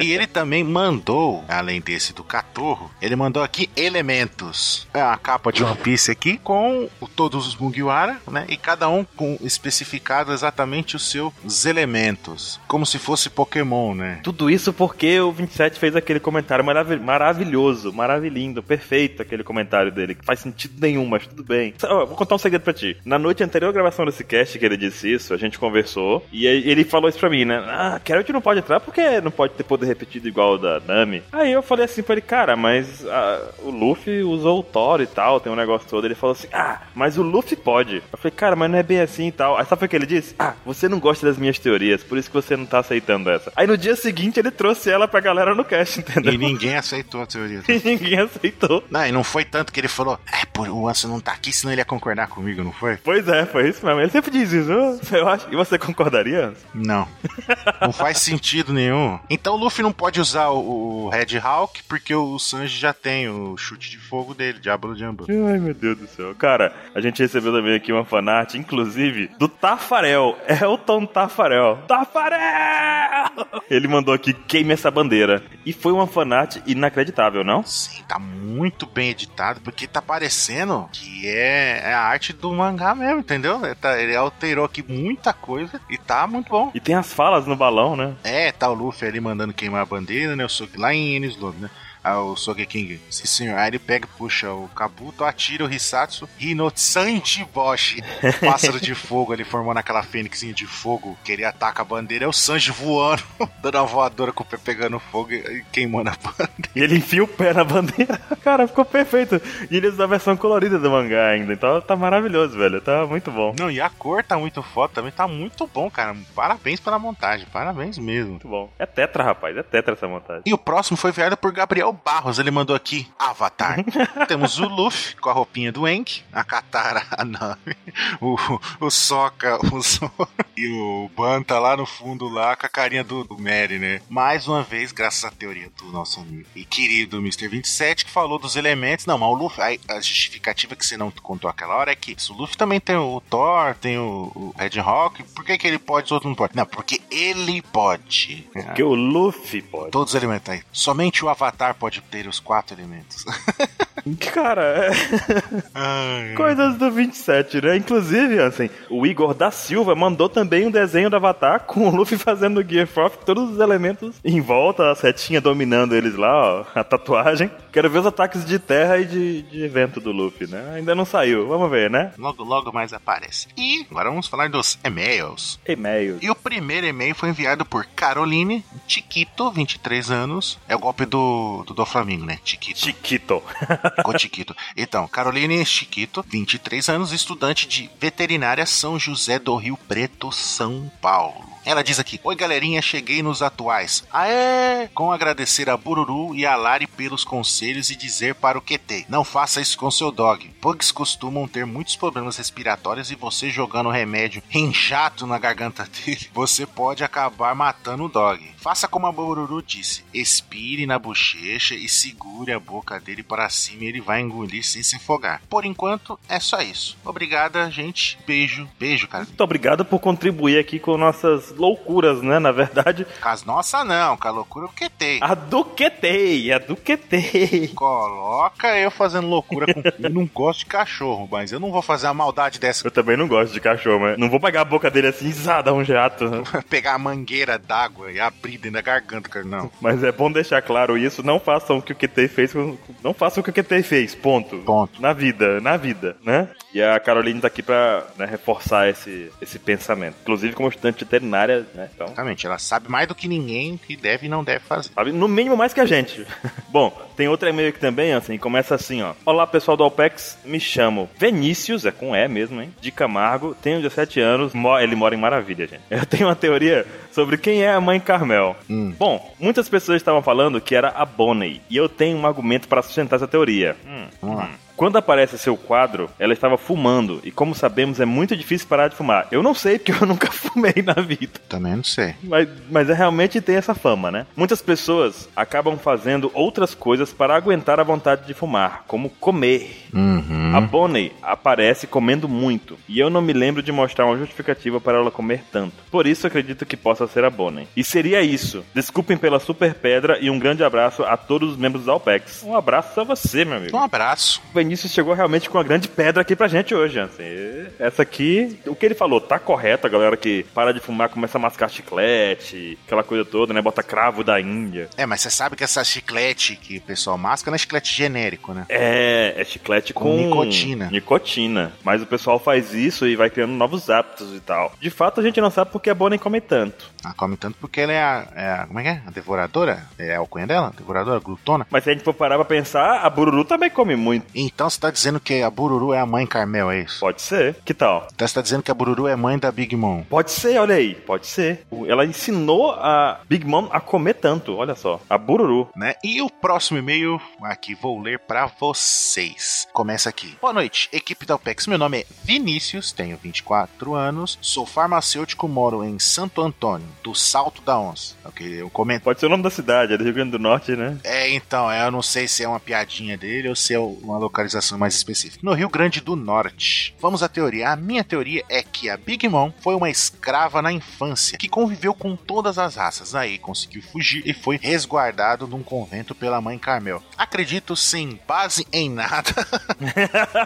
C: e ele também mandou, além desse do Catorro, ele mandou aqui elementos. É a capa de One Piece aqui com o- todos os Mugiwara, né? E cada um com especificado exatamente os seus elementos. Como se fosse Pokémon, né?
B: Tudo isso porque o 27 fez aquele comentário maravi- maravilhoso, maravilhindo, perfeito aquele comentário dele, que faz sentido nenhum, mas tudo bem. Ó, vou contar um segredo pra ti. Na noite anterior à gravação desse cast que ele disse isso, a gente conversou e aí ele falou isso pra mim, né? Ah, Carrot não pode entrar porque não pode ter poder repetido igual o da Nami. Aí eu falei assim pra ele, cara, mas ah, o Luffy usou o Thor e tal, tem um negócio todo. Ele falou assim, ah, mas o Luffy pode. Eu falei, cara, mas não é bem assim e tal. Aí sabe o que ele disse? Ah, você não gosta das minhas teorias, por isso que você não tá aceitando essa. Aí no dia seguinte ele trouxe ela pra galera no cast, [laughs] entendeu?
C: E ninguém aceitou a teoria.
B: E ninguém aceitou.
C: Não, e não foi tanto que ele falou, é, por, o Anson não tá aqui, senão ele ia concordar comigo, não foi?
B: Pois é, foi isso mesmo. Ele sempre diz isso. "Ah, Eu acho. E você concordaria? Anderson?"
C: Não. [laughs] não faz sentido nenhum. Então o Luffy não pode usar o, o Red Hawk, porque o Sanji já tem o chute de fogo dele, Diablo Jumbo.
B: Ai, meu Deus do céu. Cara, a gente recebeu também aqui uma fanart, inclusive, do Tafarel. Elton Tafarel. Tafarel! Ele mandou aqui, queime essa bandeira. E foi uma fanart inacreditável, não?
C: Sim, tá muito bem editado, porque tá parecendo que é, é a arte do mangá mesmo, entendeu? Ele, tá- ele alterou aqui muita coisa e tá muito bom.
B: E tem as falas no balão, né?
C: É, tá o Luffy ali mandando queimar a bandeira, né? O Sog, lá em Enislog, né? Ah, o Sogeking. Sim, senhor. Aí ele pega, puxa o Kabuto, atira o Hisatsu, Hinotsanji Boshi. um [laughs] Pássaro de fogo ali formando aquela fênixinha de fogo que ele ataca a bandeira. É o Sanji voando, [laughs] dando uma voadora com o pé pegando fogo e queimando a bandeira.
B: E ele enfia o pé na bandeira. [laughs] Cara, ficou perfeito. E ele usa a versão colorida do mangá ainda. Então tá maravilhoso, velho. Tá muito bom.
C: Não, e a cor tá muito foda também, tá muito bom, cara. Parabéns pela montagem, parabéns mesmo.
B: Muito bom. É tetra, rapaz. É tetra essa montagem.
C: E o próximo foi enviado por Gabriel Barros. Ele mandou aqui Avatar. Temos o Luffy com a roupinha do Enk, a Katara, a Nami, o, o Sokka, o Zoro e o Banta lá no fundo lá com a carinha do, do Mary, né? Mais uma vez, graças à teoria do nosso amigo e querido Mr. 27 que falou dos elementos. Não, mas o Luffy, aí, a, justificativa que você não contou aquela hora é que o Luffy também tem o Thor, tem o, o Red Rock. Por que, que ele pode e os outros não podem? Não, porque ele pode.
B: Porque o Luffy, pode.
C: Todos os elementos tá aí. Somente o Avatar pode ter os quatro elementos. [laughs]
B: Cara, é... Coisas do 27, né? Inclusive, assim, o Igor da Silva mandou também um desenho do Avatar [laughs] com o Luffy fazendo o Gear Forth, todos os elementos em volta, a setinha dominando eles lá, ó, a tatuagem. Quero ver os ataques de terra e de, de vento do Luffy, né? Ainda não saiu, vamos ver, né?
C: Logo, logo mais aparece. E agora vamos falar dos e-mails.
B: E-mail.
C: E o primeiro e-mail foi enviado por Caroline Chiquito, 23 anos. É o golpe do, do, do Flamengo, né? Chiquito.
B: Chiquito.
C: [laughs] Ficou Chiquito. Então, Caroline Chiquito, 23 anos, estudante de veterinária São José do Rio Preto, São Paulo. Ela diz aqui: Oi galerinha, cheguei nos atuais. Aê! Com agradecer a Bururu e a Lari pelos conselhos e dizer para o QT: Não faça isso com seu dog. Pugs costumam ter muitos problemas respiratórios e você jogando remédio em jato na garganta [laughs] dele, você pode acabar matando o dog. Faça como a Bururu disse: expire na bochecha e segure a boca dele para cima e ele vai engolir sem se afogar. Por enquanto, é só isso. Obrigada, gente. Beijo. Beijo, cara.
B: Muito obrigado por contribuir aqui com nossas loucuras, né? Na verdade,
C: Cas nossa, não, com a loucura eu quetei.
B: a duquetei, a duquetei.
C: Coloca eu fazendo loucura com. eu não gosto de cachorro, mas eu não vou fazer uma maldade dessa.
B: Eu também não gosto de cachorro, mas não vou pegar a boca dele assim, zá, dar um jato. né?
C: Pegar a mangueira d'água e abrir dentro da garganta, cara. Não.
B: Mas é bom deixar claro isso, não façam o que o QT fez, com- não façam o que o QT fez, ponto.
C: Ponto.
B: Na vida, na vida, né? E a Caroline tá aqui pra né, reforçar esse, esse pensamento. Inclusive como estudante veterinária, né? Então,
C: Exatamente, ela sabe mais do que ninguém que deve e não deve fazer.
B: sabe, no mínimo mais que a gente. [laughs] bom, tem outro e-mail aqui também, assim, começa assim, ó. Olá, pessoal do Alpex, me chamo Vinícius, é com E mesmo, hein? De Camargo, tenho 17 anos, mo- ele mora em Maravilha, gente. [laughs] Eu tenho uma teoria sobre quem é a mãe Carmel. Bom, muitas pessoas estavam falando que era a Bonnie, e eu tenho um argumento para sustentar essa teoria. Hum.
C: Vamos lá.
B: Quando aparece seu quadro, ela estava fumando. E como sabemos, é muito difícil parar de fumar. Eu não sei, porque eu [laughs] nunca fumei na vida.
C: Também não sei.
B: Mas, mas é, realmente tem essa fama, né? Muitas pessoas acabam fazendo outras coisas para aguentar a vontade de fumar, como comer.
C: Uhum.
B: A Bonnie aparece comendo muito, e eu não me lembro de mostrar uma justificativa para ela comer tanto. Por isso acredito que possa ser a Bonnie. E seria isso. Desculpem pela super pedra e um grande abraço a todos os membros da Alpex. Um abraço a você, meu amigo.
C: Um abraço.
B: O Vinícius chegou realmente com uma grande pedra aqui pra gente hoje, Jansen. E Essa aqui, o que ele falou, tá correto, a galera que para de fumar, começa a mascar chiclete, aquela coisa toda, né? Bota cravo da Índia.
C: É, mas você sabe que essa chiclete que o pessoal masca não é chiclete genérico, né?
B: É, é chiclete com,
C: Com nicotina.
B: Nicotina. Mas o pessoal faz isso e vai criando novos hábitos e tal. De fato, a gente não sabe porque a Bonnie come tanto.
C: Ela come tanto porque ela é a, é a- Como é que é? A devoradora? É a alcunha dela? Devoradora, glutona?
B: Mas se a gente for parar pra pensar, a Bururu também come muito.
C: Então você tá dizendo que a Bururu é a mãe Carmel, é isso?
B: Pode ser. Que tal?
C: Então você tá dizendo que a Bururu é mãe da Big Mom.
B: Pode ser, olha aí. Pode ser. Ela ensinou a Big Mom a comer tanto, olha só. A Bururu.
C: né? E o próximo e-mail aqui vou ler pra vocês. Começa aqui. Boa noite, equipe da OPEX. Meu nome é Vinícius, tenho 24 anos, sou farmacêutico, moro em Santo Antônio, do Salto da Onça. É o que eu comento.
B: Pode ser o nome da cidade, é do Rio Grande do Norte, né? [laughs]
C: É, então, eu não sei se é uma piadinha dele ou se é uma localização mais específica. No Rio Grande do Norte. Vamos à teoria. A minha teoria é que a Big Mom foi uma escrava na infância que conviveu com todas as raças. Aí conseguiu fugir e foi resguardado num convento pela mãe Carmel. Acredito sem base em nada. [laughs]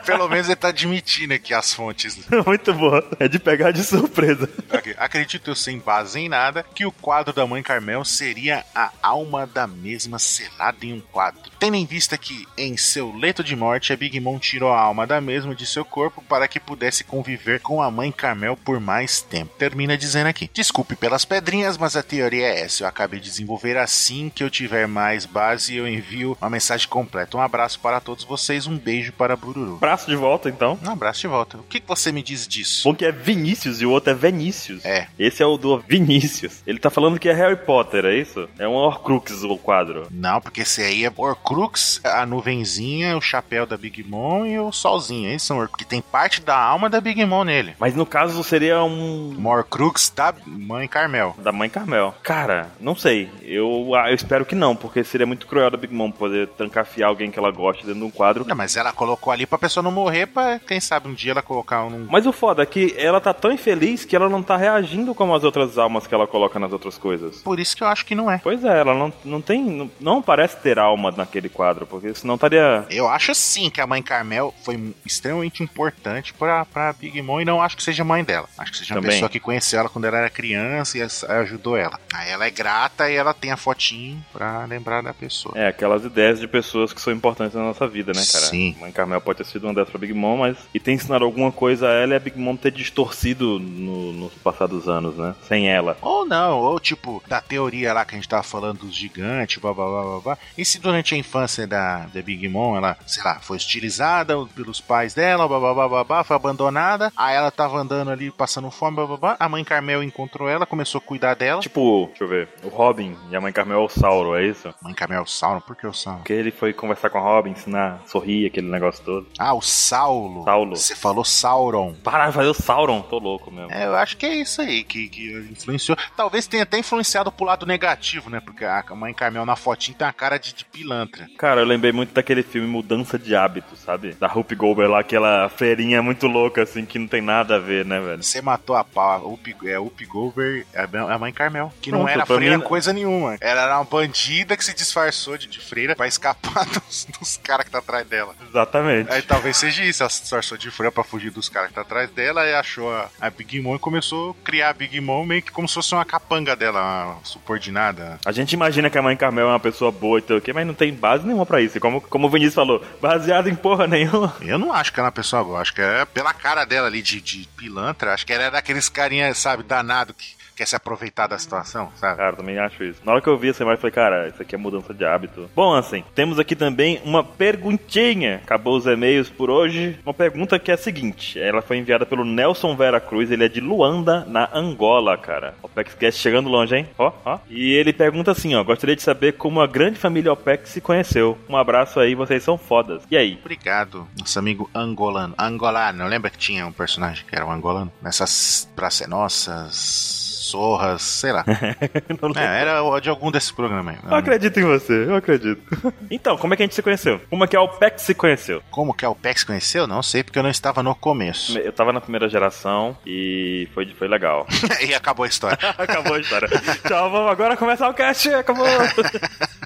C: Pelo menos ele tá admitindo aqui as fontes né?
B: Muito boa. É de pegar de surpresa.
C: Aqui. Acredito eu sem base em nada que o quadro da mãe Carmel seria a alma da mesma selada em um quadro. Tendo em vista que, em seu leito de morte, a Big Mom tirou a alma da mesma de seu corpo para que pudesse conviver com a mãe Carmel por mais tempo. Termina dizendo aqui: Desculpe pelas pedrinhas, mas a teoria é essa. Eu acabei de desenvolver assim que eu tiver mais base, eu envio uma mensagem completa. Um abraço para todos vocês, um beijo para Bururu.
B: Braço de volta, então.
C: Um abraço de volta. O que que você me diz disso?
B: Bom que é Vinícius e o outro é Venícius.
C: É.
B: Esse é o do Vinícius. Ele tá falando que é Harry Potter, é isso? É um Horcrux o quadro.
C: Não, porque esse aí é Horcrux, a nuvenzinha, o chapéu da Big Mom e o solzinho. Esses são Horcrux, que tem parte da alma da Big Mom nele.
B: Mas no caso seria um
C: Um Horcrux da mãe Carmel.
B: da mãe Carmel. Cara, não sei. Eu, ah, eu espero que não, porque seria muito cruel da Big Mom poder trancafiar alguém que ela gosta dentro de um quadro.
C: Não, mas ela colocou ali pra pessoa não morrer, pra quem sabe um dia ela colocar um.
B: Mas o foda é que ela tá tão infeliz que ela não tá reagindo como as outras almas que ela coloca nas outras coisas.
C: Por isso que eu acho que não é.
B: Pois é, ela não, não tem. Não, não parece ter alma naquele quadro, porque senão estaria.
C: Eu acho sim que a mãe Carmel foi extremamente importante pra, pra Big Mom e não acho que seja mãe dela. Acho que seja uma
B: Também.
C: pessoa que conheceu ela quando ela era criança e as- ajudou ela. Aí ela é grata e ela tem a fotinho pra lembrar da pessoa.
B: É, aquelas ideias de pessoas que são importantes na nossa vida, né, cara?
C: Sim.
B: Mãe Carmel pode ter sido uma dessas pra Big Mom, mas. E ter ensinado alguma coisa a ela e a Big Mom ter distorcido no- nos passados anos, né? Sem ela.
C: Ou não, ou tipo, da teoria lá que a gente tava falando dos gigantes, blá blá blá blá blá. E se durante a infância da, da Big Mom ela, sei lá, foi estilizada pelos pais dela, blá blá blá blá blá, foi abandonada, aí ela tava andando ali passando fome, blá blá blá. A mãe Carmel encontrou ela, começou a cuidar dela. Tipo,
B: Tipo, deixa eu ver, o Robin e a mãe Carmel é o Sauro, é isso?
C: mãe Carmel, o Sauron, por que o Sauron?
B: Porque ele foi conversar com a Robin, ensinar, sorrir, aquele negócio todo.
C: Ah, o Saulo.
B: Saulo.
C: Você falou Sauron.
B: Para de fazer o Sauron, tô louco mesmo.
C: É, eu acho que é isso aí que, que influenciou. Talvez tenha até influenciado pro lado negativo, né? Porque a mãe Carmel na fotinha tem a cara de- de pilantra.
B: Cara, eu lembrei muito daquele filme Mudança de Hábito, sabe? Da Rupe Goldberg lá, aquela freirinha muito louca, assim, que não tem nada a ver, né, velho?
C: Você matou a pau, a Up, é, Up Gover, é a mãe Carmel, que não
B: Pronto,
C: era
B: pra
C: freira
B: mim-
C: coisa nenhuma. Ela era uma bandida que se disfarçou de, de freira pra escapar [laughs] dos, dos caras que tá atrás dela.
B: Exatamente.
C: Aí talvez seja isso, ela se disfarçou de freira pra fugir dos caras que tá atrás dela e achou a, a Big Mom e começou a criar a Big Mom meio que como se fosse uma capanga dela, uma subordinada.
B: A gente imagina que a mãe Carmel é uma pessoa boa e tal, ok, mas não tem base nenhuma pra isso. E Como, como o Vinícius falou, baseado em porra nenhuma.
C: Eu não acho que ela é uma pessoa boa, acho que é pela cara dela ali de, de pilantra, acho que ela é daqueles carinha, sabe, danado que quer se aproveitar da situação, sabe?
B: Cara, eu também acho isso. Na hora que eu vi essa imagem, eu falei, cara, isso aqui é mudança de hábito. Bom, assim, temos aqui também uma perguntinha. Acabou os e-mails por hoje. Uma pergunta que é a seguinte. Ela foi enviada pelo Nelson Vera Cruz. Ele é de Luanda, na Angola, cara. OPEX Cast chegando longe, hein? Ó, ó. E ele pergunta assim, ó. Gostaria de saber como a grande família OPEX se conheceu. Um abraço aí, vocês são fodas. E aí? [laughs]
C: Obrigado, nosso amigo angolano. Angolano, lembra que tinha um personagem que era um angolano? Nessas pra ser nossas zorras, sei lá.
B: Não lembro.
C: É, era o- de algum desses programas aí.
B: Eu acredito em você, eu acredito. [laughs] Então, como é que a gente se conheceu? Como é que a OPEX se conheceu?
C: Como que a OPEX conheceu? Não sei, porque eu não estava
B: [laughs]
C: no começo.
B: Eu tava na primeira geração e foi, foi legal.
C: e acabou a história. [laughs]
B: [laughs] Acabou a história. Tchau, vamos agora começar o cast. Acabou.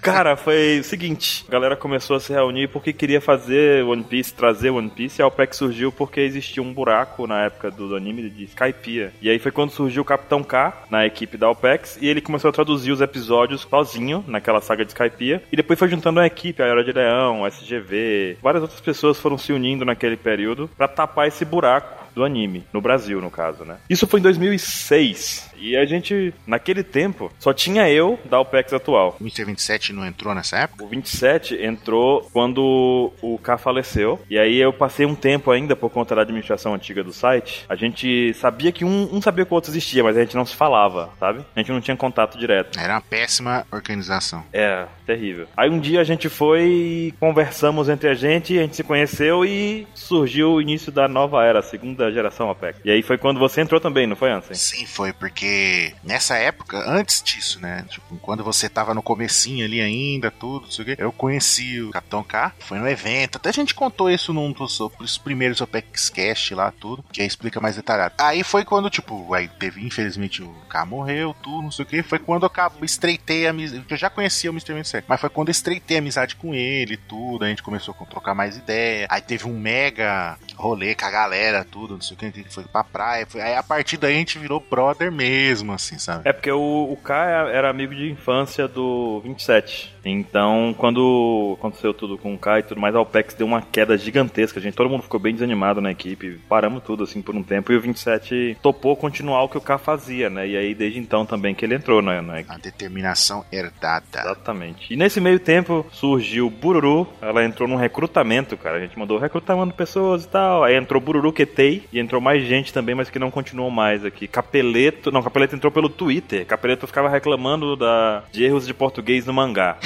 B: Cara, foi o seguinte: a galera começou a se reunir porque queria fazer One Piece, trazer One Piece. E a OPEC surgiu porque existia um buraco na época do anime de Skypiea. E aí foi quando surgiu o Capitão K na equipe da OPEX. E ele começou a traduzir os episódios sozinho naquela saga de Skypiea. E depois foi juntando a equipe, a Era de Leão, SGV. Várias outras pessoas foram se unindo naquele período pra tapar esse buraco do anime, no Brasil, no caso, né? Isso foi em 2006. E a gente, naquele tempo, só tinha eu da OPEX atual.
C: O Mr. 27 não entrou nessa época?
B: O 27 entrou quando o K faleceu. E aí eu passei um tempo ainda por conta da administração antiga do site. A gente sabia que um, um sabia que o outro existia, mas a gente não se falava, sabe? A gente não tinha contato direto.
C: Era uma péssima organização.
B: Era terrível. Aí um dia a gente foi e conversamos entre a gente, a gente se conheceu e surgiu o início da nova era, a segunda geração OPEC. E aí foi quando você entrou também, não foi, Ansem?
C: Sim, foi, porque nessa época, antes disso, né? Tipo, quando você tava no comecinho ali ainda, tudo, não sei o quê, eu conheci o Capitão K, foi no evento, até a gente contou isso num dos, dos primeiros Opex Cast lá, tudo, que aí explica mais detalhado. Aí foi quando, tipo, aí teve, infelizmente, o K morreu, tudo, não sei o quê, foi quando eu acabo- estreitei a amizade, eu já conhecia o Mr. 27, mas foi quando eu estreitei a amizade com ele, tudo, a gente começou a trocar mais ideia, aí teve um mega rolê com a galera, tudo, não sei o que, a gente foi pra praia, foi- aí a partir daí a gente virou brother mesmo, assim, sabe?
B: É porque o, o K é, era amigo de infância do 27. Então, quando aconteceu tudo com o K e tudo mais, a OPEX deu uma queda gigantesca, gente. Todo mundo ficou bem desanimado na equipe. Paramos tudo, assim, por um tempo. E o 27 topou continuar o que o K fazia, né? E aí, desde então também que ele entrou é na, na equipe.
C: A determinação herdada. [laughs]
B: Exatamente. E nesse meio tempo surgiu Bururu, ela entrou num recrutamento, cara. A gente mandou recrutando pessoas e tal. Aí entrou Bururu Ketei e entrou mais gente também, mas que não continuou mais aqui. Capeleto, não, Capeleto entrou pelo Twitter. Capeleto ficava reclamando da, de erros de português no mangá.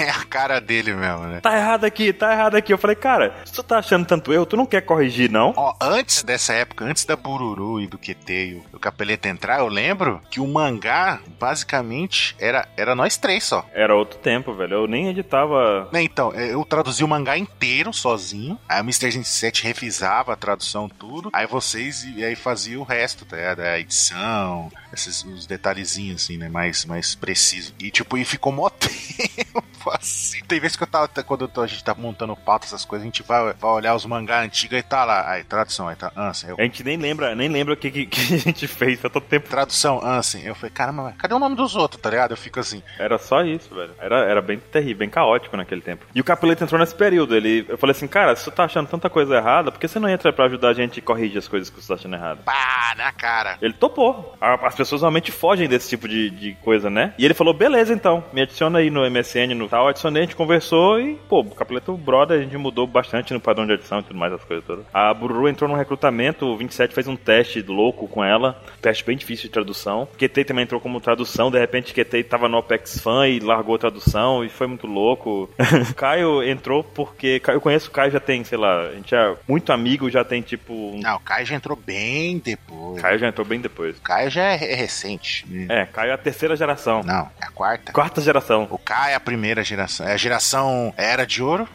C: É a cara dele mesmo, né?
B: tá errado aqui, tá errado aqui. Eu falei, cara, se tu tá achando tanto erro, tu não quer corrigir, não?
C: Ó, antes dessa época, antes da Bururu e do QT e o- o Capeleta entrar, eu lembro que o mangá, basicamente, era, era nós três só.
B: Era outro tempo, velho. Eu nem editava
C: Né, então, é, eu traduzi o mangá inteiro sozinho. Aí o Mr. 27 refisava a tradução, tudo. Aí vocês e aí fazia o resto, tá? ligado? A edição, esses os detalhezinhos, assim, né? Mais, mais preciso. E tipo, e ficou mó [laughs] tempo assim. Tem vezes que eu tava. Quando eu tô- a gente tá montando pauta, essas coisas, a gente vai, vai olhar os mangá antigos e tá lá. Aí, tradução, aí tá. Ansem, eu.
B: A gente nem lembra, nem lembra o que, [laughs] que, que a gente fez, foi tanto tempo.
C: Tradução, Ansem. Eu falei, caramba, mas cadê o nome dos outros, tá ligado? Eu fico assim.
B: Era só isso, velho. Era, era bem terrível, bem caótico naquele tempo. E o Capeleto entrou nesse período. Ele, eu falei assim, cara, se tu tá achando tanta coisa errada, por que você não entra pra ajudar a gente e corrige as coisas que você tá achando errada?
C: Pá, na cara.
B: Ele topou. A- As pessoas realmente fogem desse tipo de, de coisa, né? E ele falou, beleza então, me adiciona aí no MSN, no tal. Adicionei, a gente conversou e, pô, o Capeleto Brother, a gente mudou bastante no padrão de adição e tudo mais, as coisas todas. A Bururu entrou num recrutamento, o 27 fez um teste louco com ela, um teste bem difícil de tradução. QT também entrou como tradução, de repente QT tava no Apex Fan e largou a tradução e foi muito louco. [laughs] Caio entrou porque, eu conheço o Caio já tem, sei lá, a gente é muito amigo, já tem tipo... Um...
C: Não, o Caio já entrou bem depois.
B: Caio já entrou bem depois.
C: O Caio já é é recente. né?
B: É, Caio é a terceira geração.
C: Não, é a quarta.
B: Quarta geração.
C: O Kai é a primeira geração. É a geração Era de Ouro.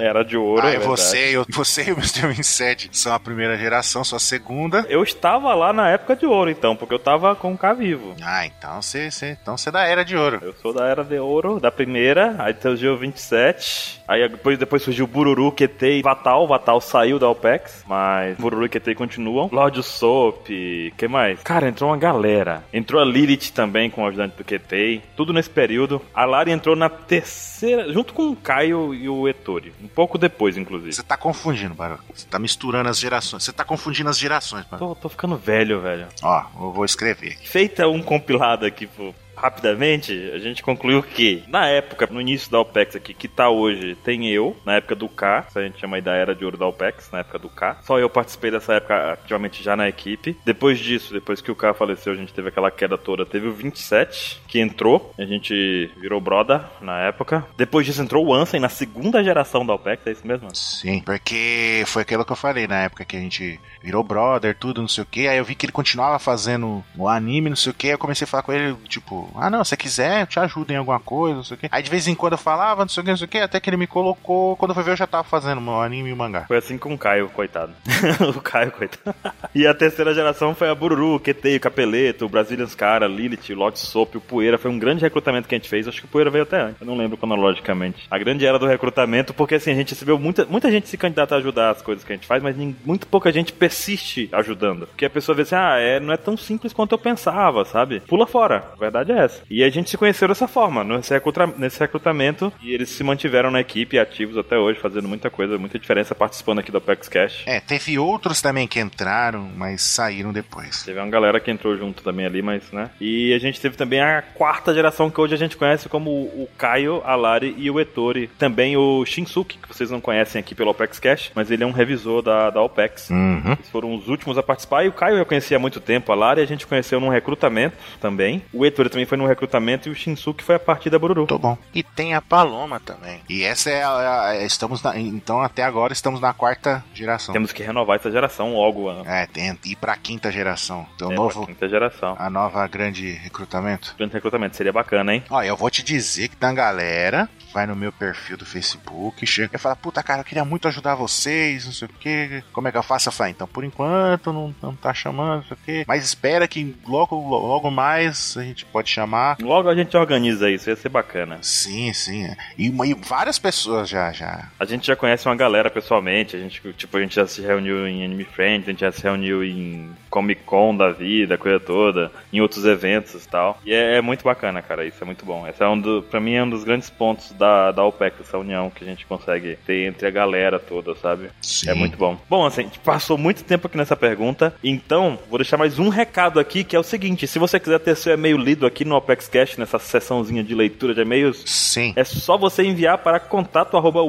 B: Era de ouro.
C: Aí
B: é
C: você, e o- [laughs] você e o Mr. 27 são a primeira geração, sou a segunda.
B: verdade. Eu estava lá na época de ouro, então, porque eu tava com o K vivo.
C: Ah, então você, você, então você é da Era de Ouro.
B: Eu sou da era de ouro, da primeira, aí surgiu o 27, aí depois, depois surgiu o Bururu, QT e Vatal, Vatal saiu da OPEX, mas Bururu e QT continuam. Lorde Soap, que mais? Cara, entrou uma galera. Entrou a Lilith também com o ajudante do QT, tudo nesse período. A Lari entrou na terceira, junto com o Caio e o Ettore, Um pouco depois, inclusive.
C: Você tá confundindo, Barulho. Você tá misturando as gerações. Você tá confundindo as gerações, Barulho.
B: Tô, tô ficando velho, velho.
C: Ó, eu vou escrever.
B: Feita um compilado aqui, pô. Rapidamente, a gente concluiu que, na época, no início da OPEX aqui, que tá hoje, tem eu, na época do K, isso a gente chama aí da era de ouro da OPEX, na época do K. Só eu participei dessa época ativamente já na equipe. Depois disso, depois que o K faleceu, a gente teve aquela queda toda. Teve o 27, que entrou, a gente virou brother na época. Depois disso entrou o Ansem na segunda geração da OPEX, é isso mesmo?
C: Sim, porque foi aquilo que eu falei na época que a gente virou brother, tudo, não sei o que. Aí eu vi que ele continuava fazendo o anime, não sei o que. Aí eu comecei a falar com ele, tipo, ah, não, se quiser, eu te ajudo em alguma coisa, não sei o que. Aí de vez em quando eu falava, não sei o que, não sei o que. Até que ele me colocou. Quando eu fui ver, eu já tava fazendo meu anime e o mangá.
B: Foi assim com o Caio, coitado. [laughs] o Caio, coitado. E a terceira geração foi a Bururu, o QT, o Capeleto, o Brazilian Cara, Lilith, o Lot Soap, o Poeira. Foi um grande recrutamento que a gente fez. Acho que o Poeira veio até antes. Eu não lembro cronologicamente. A grande era do recrutamento, porque assim, a gente recebeu muita, muita gente se candidata a ajudar as coisas que a gente faz, mas nem- muito pouca gente persiste ajudando. Porque a pessoa vê assim, ah, é, não é tão simples quanto eu pensava, sabe? Pula fora. A verdade é essa. E a gente se conheceu dessa forma, nesse, recruta- nesse recrutamento. E eles se mantiveram na equipe, ativos até hoje, fazendo muita coisa, muita diferença, participando aqui do Apex Cash.
C: É, teve outros também que entraram, mas saíram depois.
B: Teve uma galera que entrou junto também ali, mas, né? E a gente teve também a quarta geração que hoje a gente conhece como o Caio, a Lari e o Ettore. Também o Shinsuke, que vocês não conhecem aqui pelo OPEX Cash, mas ele é um revisor da, da OPEX.
C: Uhum.
B: Eles foram os últimos a participar. E o Caio eu conhecia há muito tempo. A Lari a gente conheceu num recrutamento também. O Ettore também foi num recrutamento. E o Shinsuke foi a partir da Bururu.
C: Tô bom. E tem a Paloma também. E essa é a. a- estamos na- então, até agora, estamos na quarta geração.
B: Temos que renovar essa geração logo. né?
C: É, tem, e pra quinta geração. Então,
B: É,
C: novo,
B: Quinta geração.
C: a nova grande recrutamento.
B: Grande recrutamento. Seria bacana, hein?
C: Ó, eu vou te dizer que tem uma galera que vai no meu perfil do Facebook, chega e fala: Puta, cara, eu queria muito ajudar vocês, não sei o que. Como é que eu faço? Eu falo, então, por enquanto, não, não tá chamando, não sei o que. Mas espera que logo, logo mais a gente pode chamar.
B: Logo a gente organiza isso. Ia ser bacana.
C: Sim, sim. é. E, uma- e várias pessoas já, já.
B: A gente já conhece uma galera pessoalmente, a gente, tipo, a gente já se reuniu em Anime Friends, a gente já se reuniu em Comic Con da vida, coisa toda, em outros eventos e tal. E é, é muito bacana, cara, isso é muito bom. Esse é um do, pra mim é um dos grandes pontos da, da OPEC, essa união que a gente consegue ter entre a galera toda, sabe?
C: Sim.
B: É muito bom. Bom, assim, a gente passou muito tempo aqui nessa pergunta, então vou deixar mais um recado aqui, que é o seguinte, se você quiser ter seu e-mail lido aqui no OPEX Cash, nessa sessãozinha de leitura de e-mails,
C: Sim.
B: é só você enviar para contato arroba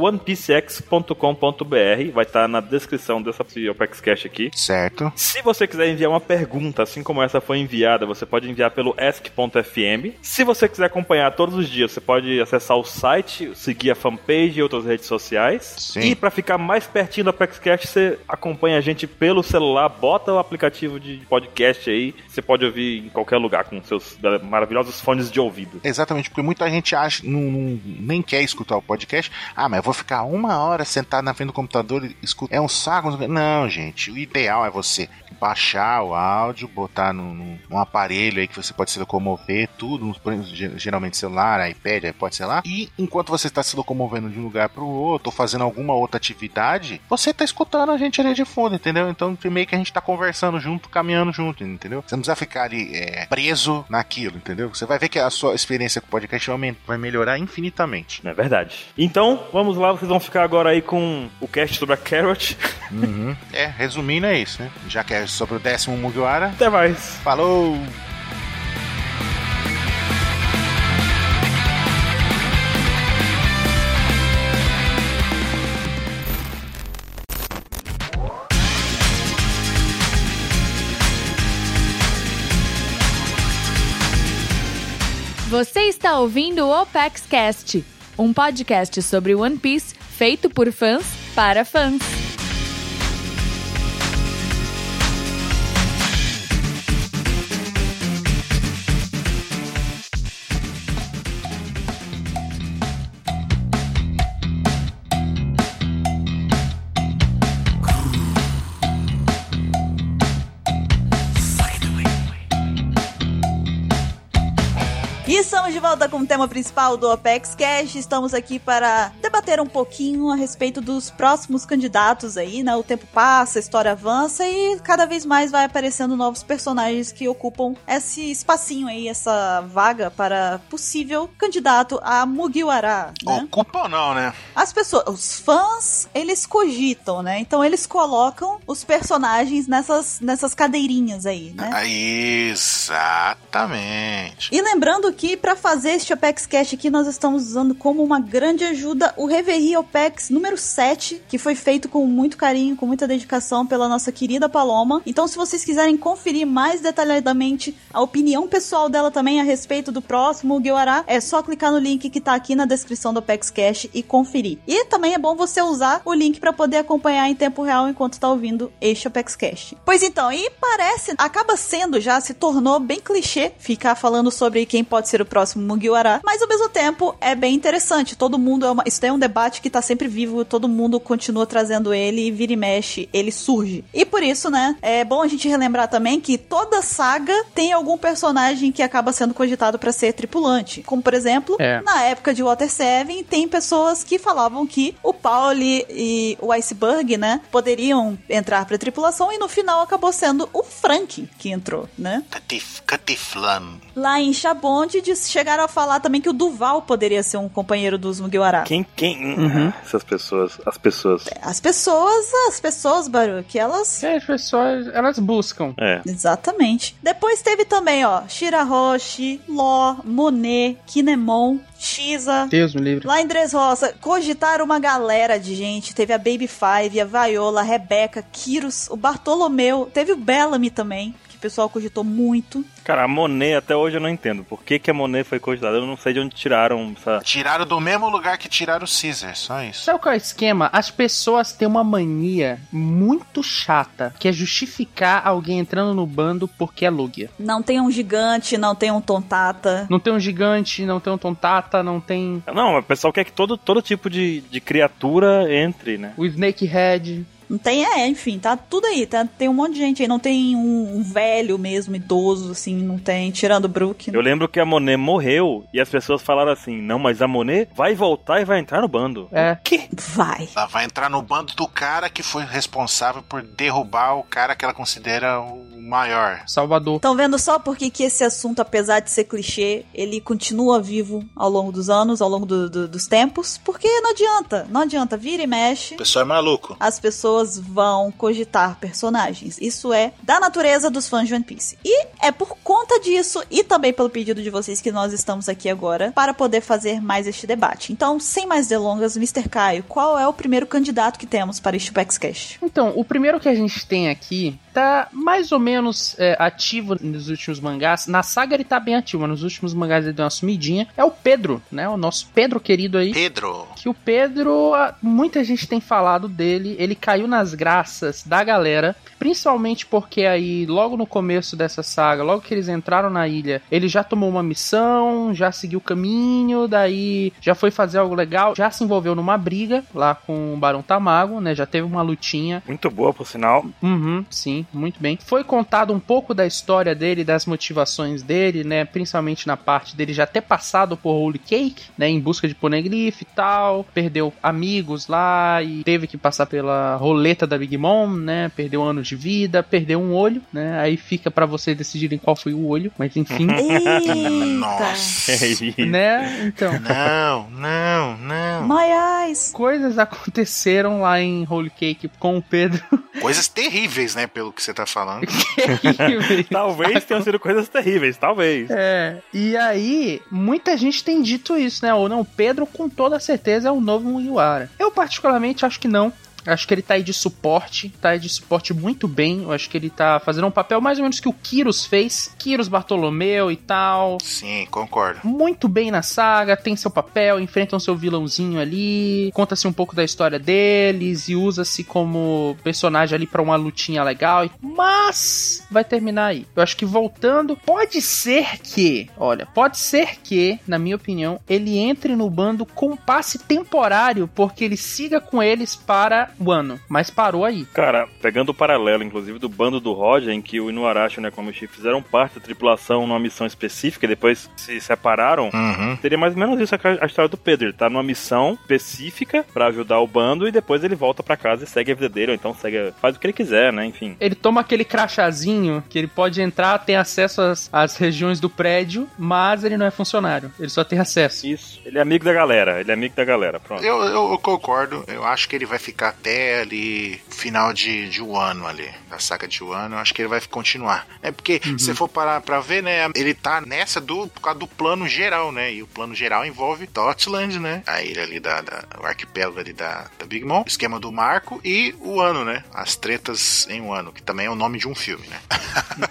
B: onepcx.com.br, vai estar na descrição dessa desse Opex Cash aqui.
C: Certo.
B: Se você quiser enviar uma pergunta, assim como essa foi enviada, você pode enviar pelo ask.fm. Se você quiser acompanhar todos os dias, você pode acessar o site, seguir a fanpage e outras redes sociais.
C: Sim.
B: E para ficar mais pertinho do Apex Cash, você acompanha a gente pelo celular, bota o aplicativo de podcast aí, você pode ouvir em qualquer lugar com seus maravilhosos fones de ouvido.
C: Exatamente, porque muita gente acha, não, não- nem quer escutar o podcast. Ah, mas eu vou ficar uma hora sentado na frente do computador e escutar. É um saco. não sei o quê. Não, gente, o ideal é você baixar o áudio, botar num, num- num aparelho aí que você pode se locomover, tudo, por exemplo, ge- geralmente celular, iPad, iPod, sei lá. E enquanto você está se locomovendo de um lugar para o outro, ou fazendo alguma outra atividade, você tá escutando a gente ali de fundo, entendeu? Então meio que a gente tá conversando junto, caminhando junto, entendeu? Você não precisa ficar ali é, preso naquilo, entendeu? Você vai ver que a sua experiência com o podcast vai aumen- vai melhorar infinitamente.
B: Não é verdade. Então, vamos lá, vocês vão ficar agora aí com o cast sobre a Carrot. [laughs]
C: É, resumindo, é isso, né? Já que é sobre o décimo Mugiwara,
B: Até mais.
C: falou!
G: Você está ouvindo o Opex Cast, um podcast sobre One Piece feito por fãs para fãs.
A: E E estamos de volta com o tema principal do Opex Cash. Estamos aqui para debater um pouquinho a respeito dos próximos candidatos aí, né? O tempo passa, a história avança e cada vez mais vai aparecendo novos personagens que ocupam esse espacinho aí, essa vaga para possível candidato a Mugiwara, né?
C: Ocupa ou não, né?
A: As pessoas, os fãs, eles cogitam, né? Então eles colocam os personagens nessas, nessas cadeirinhas aí, né?
C: Ah, Exatamente.
A: E lembrando que para fazer este Opex Cash aqui, nós estamos usando como uma grande ajuda o Reverie Opex número 7, que foi feito com muito carinho, com muita dedicação pela nossa querida Paloma. Então, se vocês quiserem conferir mais detalhadamente a opinião pessoal dela também a respeito do próximo Guiwará, é só clicar no link que tá aqui na descrição do Opex Cash e conferir. E também é bom você usar o link para poder acompanhar em tempo real enquanto tá ouvindo este Opex Cash. Pois então, e parece, acaba sendo já, se tornou bem clichê ficar falando sobre quem pode ser o próximo Mugiwara, mas ao mesmo tempo é bem interessante. Todo mundo é uma. Isso é um debate que tá sempre vivo, todo mundo continua trazendo ele e vira e mexe, ele surge. E por isso, né, é bom a gente relembrar também que toda saga tem algum personagem que acaba sendo cogitado para ser tripulante. Como por exemplo,
D: É.
A: na época de Water Seven, tem pessoas que falavam que o Pauli e o Iceberg, né, poderiam entrar pra tripulação e no final acabou sendo o Frank que entrou, né?
C: Catif- Catiflan.
A: Lá em Chabonde diz- chegaram a falar também que o Duval poderia ser um companheiro dos Mugiwara.
B: Quem, quem?
D: Uhum.
B: Essas pessoas, as pessoas.
A: As pessoas, as pessoas, Baruch, elas...
D: É, as pessoas, elas buscam.
B: É.
A: Exatamente. Depois teve também, ó, Shirahoshi, Ló, Monet, Kinemon, Shiza,
D: Deus me livre.
A: Lá em Dressrosa, cogitaram uma galera de gente. Teve a Baby Five, a Viola, a Rebeca, Kiros, o Bartolomeu. Teve o Bellamy também, que o pessoal cogitou muito.
B: Cara, a Monet até hoje eu não entendo. Por que, que a Monet foi cogitada? Eu não sei de onde tiraram essa.
C: Tiraram do mesmo lugar que tiraram o Caesar, só isso.
D: Sabe qual é o esquema? As pessoas têm uma mania muito chata, que é justificar alguém entrando no bando porque é Lugia.
A: Não tem um gigante, não tem um tontata.
D: Não tem um gigante, não tem um tontata, não tem
B: Não, o pessoal quer que todo, todo tipo de, de criatura entre, né?
D: o Snakehead.
A: Não tem, é, enfim, tá tudo aí. Tá, tem um monte de gente aí. Não tem um, um velho mesmo, idoso, assim, não tem. Tirando o Brook.
B: Eu lembro que a Monet morreu e as pessoas falaram assim: não, mas a Monet vai voltar e vai entrar no bando.
D: É.
A: Vai.
C: Ela vai entrar no bando do cara que foi responsável por derrubar o cara que ela considera o maior.
D: Salvador.
A: Estão vendo só porque que esse assunto, apesar de ser clichê, ele continua vivo ao longo dos anos, ao longo do- do- dos tempos? Porque não adianta, não adianta, vira e mexe.
C: O pessoal é maluco.
A: As pessoas vão cogitar personagens. Isso é da natureza dos fãs de One Piece. E é por conta disso e também pelo pedido de vocês que nós estamos aqui agora para poder fazer mais este debate. Então, sem mais delongas, Mr. Caio, qual é o primeiro candidato que temos para este Pex
D: [laughs]
A: Cash?
D: Então, o primeiro que a gente tem aqui tá mais ou menos é, ativo nos últimos mangás. Na saga ele tá bem ativo, mas nos últimos mangás ele deu uma sumidinha. É o Pedro, né? O nosso Pedro querido aí.
C: Pedro.
D: que o Pedro, a- muita gente tem falado dele, ele caiu nas graças da galera, principalmente porque aí logo no começo dessa saga, logo que eles entraram na ilha, ele já tomou uma missão, já seguiu o caminho, daí já foi fazer algo legal, já se envolveu numa briga lá com o Barão Tamago, né? Já teve uma lutinha
B: Muito boa, por [laughs] sinal.
D: Uhum, sim, muito bem. Foi contado um pouco da história dele, das motivações dele, né? Principalmente na parte dele já ter passado por Holy Cake, né? Em busca de Poneglyph e tal. Perdeu amigos lá e teve que passar pela roleta da Big Mom, né? Perdeu anos de vida, perdeu um olho, né? Aí fica pra vocês decidirem qual foi o olho, mas enfim, [laughs]
A: Eita!
B: É
C: Nossa.
D: né? Então.
C: não, não, não.
A: My eyes!
D: Coisas aconteceram lá em Holy Cake com o Pedro. [laughs]
C: Coisas terríveis, né, pelo que você tá falando.
D: Terríveis.
B: Talvez tenham sido coisas terríveis, talvez.
D: É, e aí, muita gente tem dito isso, né? Ou não, Pedro com toda certeza é o novo Mugiwara. Eu particularmente acho que não. Acho que ele tá aí de suporte, tá aí de suporte muito bem. Eu acho que ele tá fazendo um papel mais ou menos que o Kiros fez. Kiros Bartolomeu e tal.
C: Sim, concordo.
D: Muito bem na saga, tem seu papel, enfrentam seu vilãozinho ali, conta-se um pouco da história deles e usa-se como personagem ali pra uma lutinha legal. Mas vai terminar aí. Eu acho que voltando, pode ser que, olha, pode ser que, na minha opinião, ele entre no bando com um passe temporário, porque ele siga com eles para o ano, mas parou aí.
B: Cara, pegando o paralelo, inclusive, do bando do Roger, em que o Inuarashi e o Nekomashi fizeram parte da tripulação numa missão específica e depois se separaram,
C: Uhum.
B: Seria mais ou menos isso a, ca- a história do Pedro. Ele tá numa missão específica pra ajudar o bando e depois ele volta pra casa e segue a vida dele, ou então segue, a- faz o que ele quiser, né? Enfim.
D: Ele toma aquele crachazinho que ele pode entrar, tem acesso às, às regiões do prédio, mas ele não é funcionário. Ele só
B: [laughs]
D: tem acesso.
B: Isso. Ele é amigo da galera, ele é amigo da galera, pronto.
C: Eu, eu- eu concordo, eu acho que ele vai ficar até ali, final de, de um ano ali, da saga de um ano, eu acho que ele vai continuar. É porque, se for parar pra ver, né, ele tá nessa do, por causa do plano geral, né, e o plano geral envolve Dotland, né, a ilha ali da, da- o arquipélago ali da, da Big Mom, o esquema do Marco e o ano, né, as tretas em um ano, que também é o nome de um filme, né.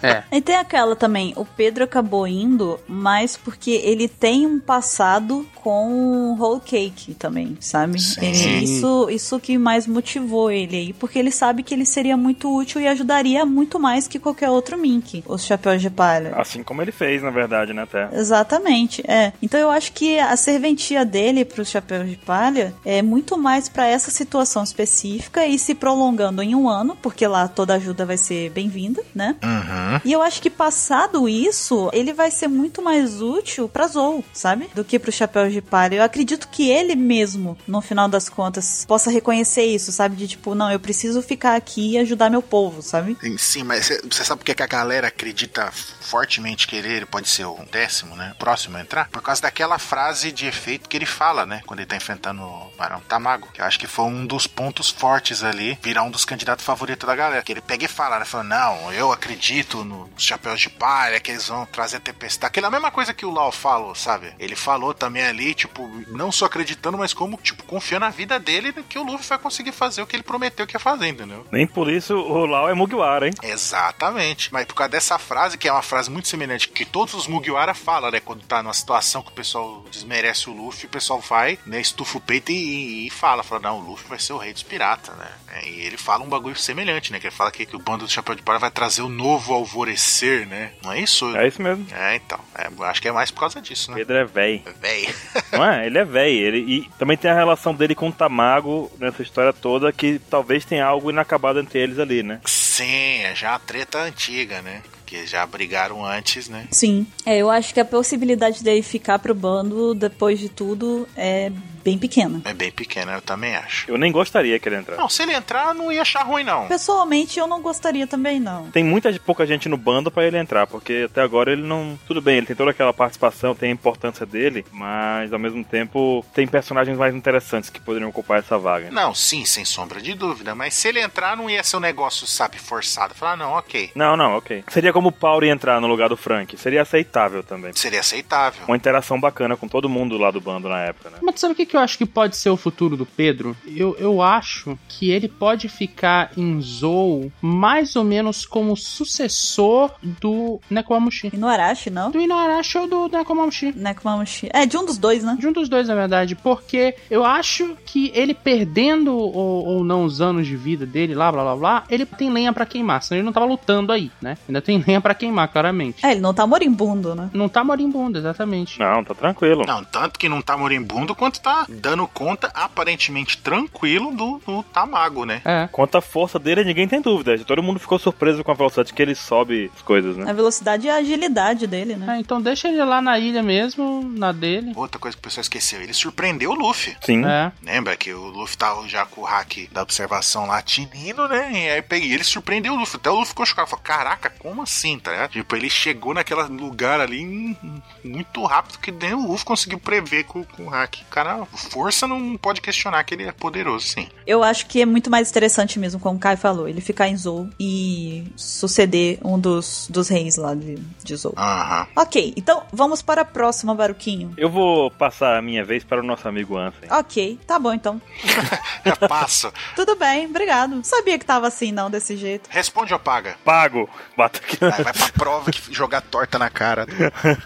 D: É.
A: E tem aquela também, o Pedro acabou indo, mas porque ele tem um passado com whole cake também, sabe?
C: Sim.
A: Ele- isso, isso que mais motivou ele aí, porque ele sabe que ele seria muito útil e ajudaria muito mais que qualquer outro Mink, os chapéus de palha.
B: Assim como ele fez, na verdade, né, até.
A: Exatamente, é. Então eu acho que a serventia dele pros chapéus de palha é muito mais pra essa situação específica e se prolongando em um ano, porque lá toda ajuda vai ser bem-vinda, né?
C: Uhum.
A: E eu acho que passado isso, ele vai ser muito mais útil pra Zou, sabe? Do que pro Chapéu de Palha. Eu acredito que ele mesmo, no final das contas, possa reconhecer isso, sabe? De tipo, não, eu preciso ficar aqui e ajudar meu povo, sabe?
C: Sim, Sim, mas você sabe por que que a galera acredita fortemente que ele, ele pode ser o décimo, né? Próximo a entrar? Por causa daquela frase de efeito que ele fala, né? Quando ele tá enfrentando o Barão Tamago. Que eu acho que foi um dos pontos fortes ali, virar um dos candidatos favoritos da galera. Que ele pega e fala, né? Fala, não, eu acredito nos chapéus de palha, que eles vão trazer tempestade. Aquela mesma coisa que o Lau falou, sabe? Ele falou também ali, tipo, não só acreditando, mas como, tipo, confiando na vida dele que o Luffy vai conseguir fazer o que ele prometeu que ia fazer, entendeu?
B: Nem por isso o Lau é Mugiwara, hein?
C: Exatamente. Mas por causa dessa frase, que é uma frase muito semelhante que todos os Mugiwara falam, né? Quando tá numa situação que o pessoal desmerece o Luffy, o pessoal vai, né, estufa o peito e, e fala, fala, não, o Luffy vai ser o rei dos piratas, né? É, E ele fala um bagulho semelhante, né? Que ele fala que, que o bando do Chapéu de Palha vai trazer o novo alvorecer, né? Não é isso?
B: É isso mesmo.
C: É, então. É, eu acho que é mais por causa disso, né?
B: Pedro é véi.
C: Véi.
B: Não é? Ele é véi. Ele, e também tem a relação dele com o Tamago nessa história toda, que talvez tenha algo inacabado entre eles ali, né?
C: Sim, é já a treta antiga, né? Porque já brigaram antes, né?
A: Sim. É, eu acho que a possibilidade dele ficar pro bando depois de tudo é bem pequena.
C: É bem pequena, eu também acho.
B: Eu nem gostaria que ele entrasse.
C: Não, se ele entrar, eu não ia achar ruim, não.
A: Pessoalmente, eu não gostaria também, não.
B: Tem muita pouca gente no bando pra ele entrar, porque até agora ele não. Tudo bem, ele tem toda aquela participação, tem a importância dele, mas ao mesmo tempo tem personagens mais interessantes que poderiam ocupar essa vaga.
C: Não, sim, sem sombra de dúvida. Mas se ele entrar, não ia ser um negócio, sabe, forçado. Falar, "Ah, não, ok.
B: Não, não, ok. Seria como o Pauri entrar no lugar do Frank, seria aceitável também.
C: Seria aceitável.
B: Uma interação bacana com todo mundo lá do bando na época, né?
D: Mas sabe o que que eu acho que pode ser o futuro do Pedro? Eu, eu acho que ele pode ficar em Zou mais ou menos como sucessor do Nekomamushi.
A: E no Arashi, não?
D: Do Inuarashi ou do Nekomamushi.
A: Nekomamushi. É, de um dos dois, né?
D: De um dos dois, na verdade, porque eu acho que ele perdendo ou, ou não os anos de vida dele, lá, blá, blá, blá, ele tem lenha pra queimar, senão ele não tava lutando aí, né? Ainda tem [laughs] lenha pra queimar, claramente.
A: É, ele não tá moribundo, né?
D: Não tá morimbundo, exatamente.
B: Não, tá tranquilo.
C: Não, tanto que não tá moribundo, quanto tá dando conta, aparentemente tranquilo, do, do Tamago, né?
D: É.
B: Quanto à força dele, ninguém tem dúvida. Todo mundo ficou surpreso com a velocidade que ele sobe as coisas, né?
A: A velocidade e a agilidade dele, né?
D: É, então deixa ele lá na ilha mesmo, na dele.
C: Outra coisa que o pessoal esqueceu, ele surpreendeu o Luffy.
B: Sim.
D: É.
C: Lembra que o Luffy tava já com o hack da observação lá tinindo, né? E aí peguei, ele surpreendeu o Luffy. Até o Luffy ficou chocado. Falou, caraca, como assim, tá ligado? Tipo, ele chegou naquele lugar ali hum, muito rápido que nem o Luffy conseguiu prever com, com o hack. O cara, força não pode questionar que ele é poderoso, sim.
A: Eu acho que é muito mais interessante mesmo, como o Kai falou, ele ficar em Zou e suceder um dos, dos reis lá de, de Zou.
C: Aham.
A: Ok, então vamos para a próxima, Baruquinho.
B: Eu vou passar a minha vez para o nosso amigo Ansem.
A: Ok, tá bom então.
C: Já É, passa.
A: Tudo bem, obrigado. Não sabia que tava assim, não, desse jeito.
C: Responde ou paga?
B: Pago! Bata aqui.
C: Aí vai pra prova que jogar torta na cara. Do...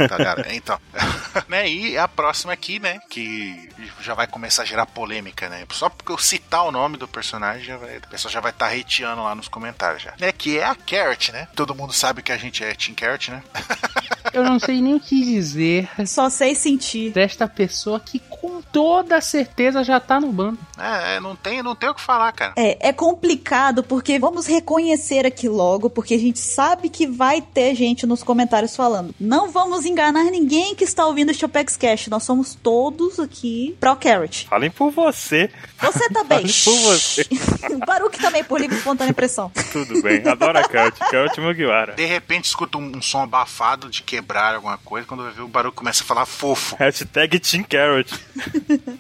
C: Tá ligado? Então. [laughs] né, e a próxima aqui, né? Que já vai começar a gerar polêmica, né? Só porque eu citar o nome do personagem, já vai, a pessoa já vai estar tá hateando lá nos comentários já. Né, que é a Carrot, né? Todo mundo sabe que a gente é Team Carrot, né?
D: Eu não sei nem o que dizer
A: Só sei sentir.
D: desta pessoa que com toda certeza já tá no bando.
C: É, é, não tem, não tem o que falar, cara.
A: É, é complicado porque vamos reconhecer aqui logo, porque a gente sabe que vai ter gente nos comentários falando. Não vamos enganar ninguém que está ouvindo este Opex Cash. Nós somos todos aqui pro Carrot.
B: Falem por você.
A: Você tá também.
B: Falem por você.
A: [laughs] Baruque também, por livre e espontânea
B: [laughs]
A: pressão.
B: Tudo bem. Adoro a Couch. Couch Mugiwara.
C: De repente escuta um, um som abafado de quebrar alguma coisa, quando vai ver o barulho começa a falar fofo.
B: Hashtag Team Carrot.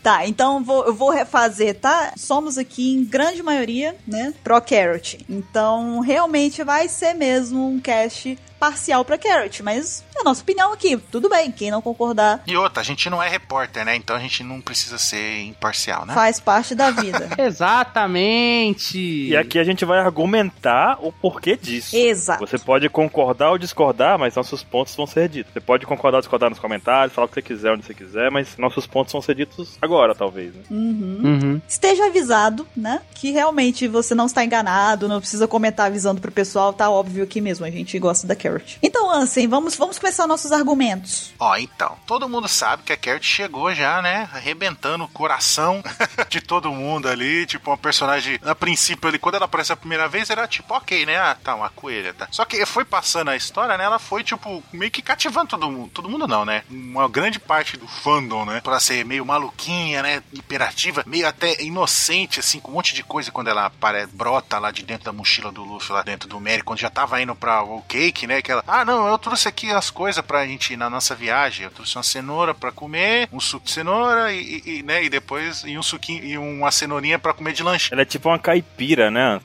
A: Tá, então vou- eu vou refazer, tá? Somos aqui em grande maioria, né? Pro Carrot. Então realmente vai ser mesmo um cast parcial pra Carrot, mas é a nossa opinião aqui. Tudo bem, quem não concordar
C: E outra, a gente não é repórter, né? Então a gente não precisa ser imparcial, né?
A: faz parte da
B: [laughs]
A: vida.
D: Exatamente.
B: E aqui a gente vai argumentar o porquê disso.
A: Exato.
B: Você pode concordar ou discordar, mas nossos pontos vão ser ditos. Você pode concordar ou discordar nos comentários, falar o que você quiser, onde você quiser, mas nossos pontos vão ser ditos agora, talvez. Né?
A: Uhum.
D: Uhum.
A: Esteja avisado, né? Que realmente você não está enganado, não precisa comentar avisando pro pessoal, tá óbvio aqui mesmo, a gente gosta da Carrot. Então, Ansem, vamos, vamos começar nossos argumentos.
C: Ó, então, todo mundo sabe que a Carrot chegou já, né? Arrebentando o coração [laughs] de todo mundo ali. Tipo, uma personagem, a princípio, ali, quando ela aparece a primeira vez, era tipo, ok, né? Ah, tá, uma coelha, tá. Só que foi passando a história, né? Ela foi, tipo, meio que cativando todo mundo. Todo mundo não, né? Uma grande parte do fandom, né? Pra ser meio maluquinha, né? Hiperativa, meio até inocente, assim, com um monte de coisa quando ela apare- brota lá de dentro da mochila do Luffy, lá dentro do Merry, quando já tava indo pra o Cake, né? Que ela, ah, não, eu trouxe aqui as coisas pra gente ir na nossa viagem. Eu trouxe uma cenoura pra comer, um suco de cenoura e, e- e, né? E depois, e um suquinho, e uma cenourinha pra comer de lanche.
B: Ela é tipo uma caipira, né?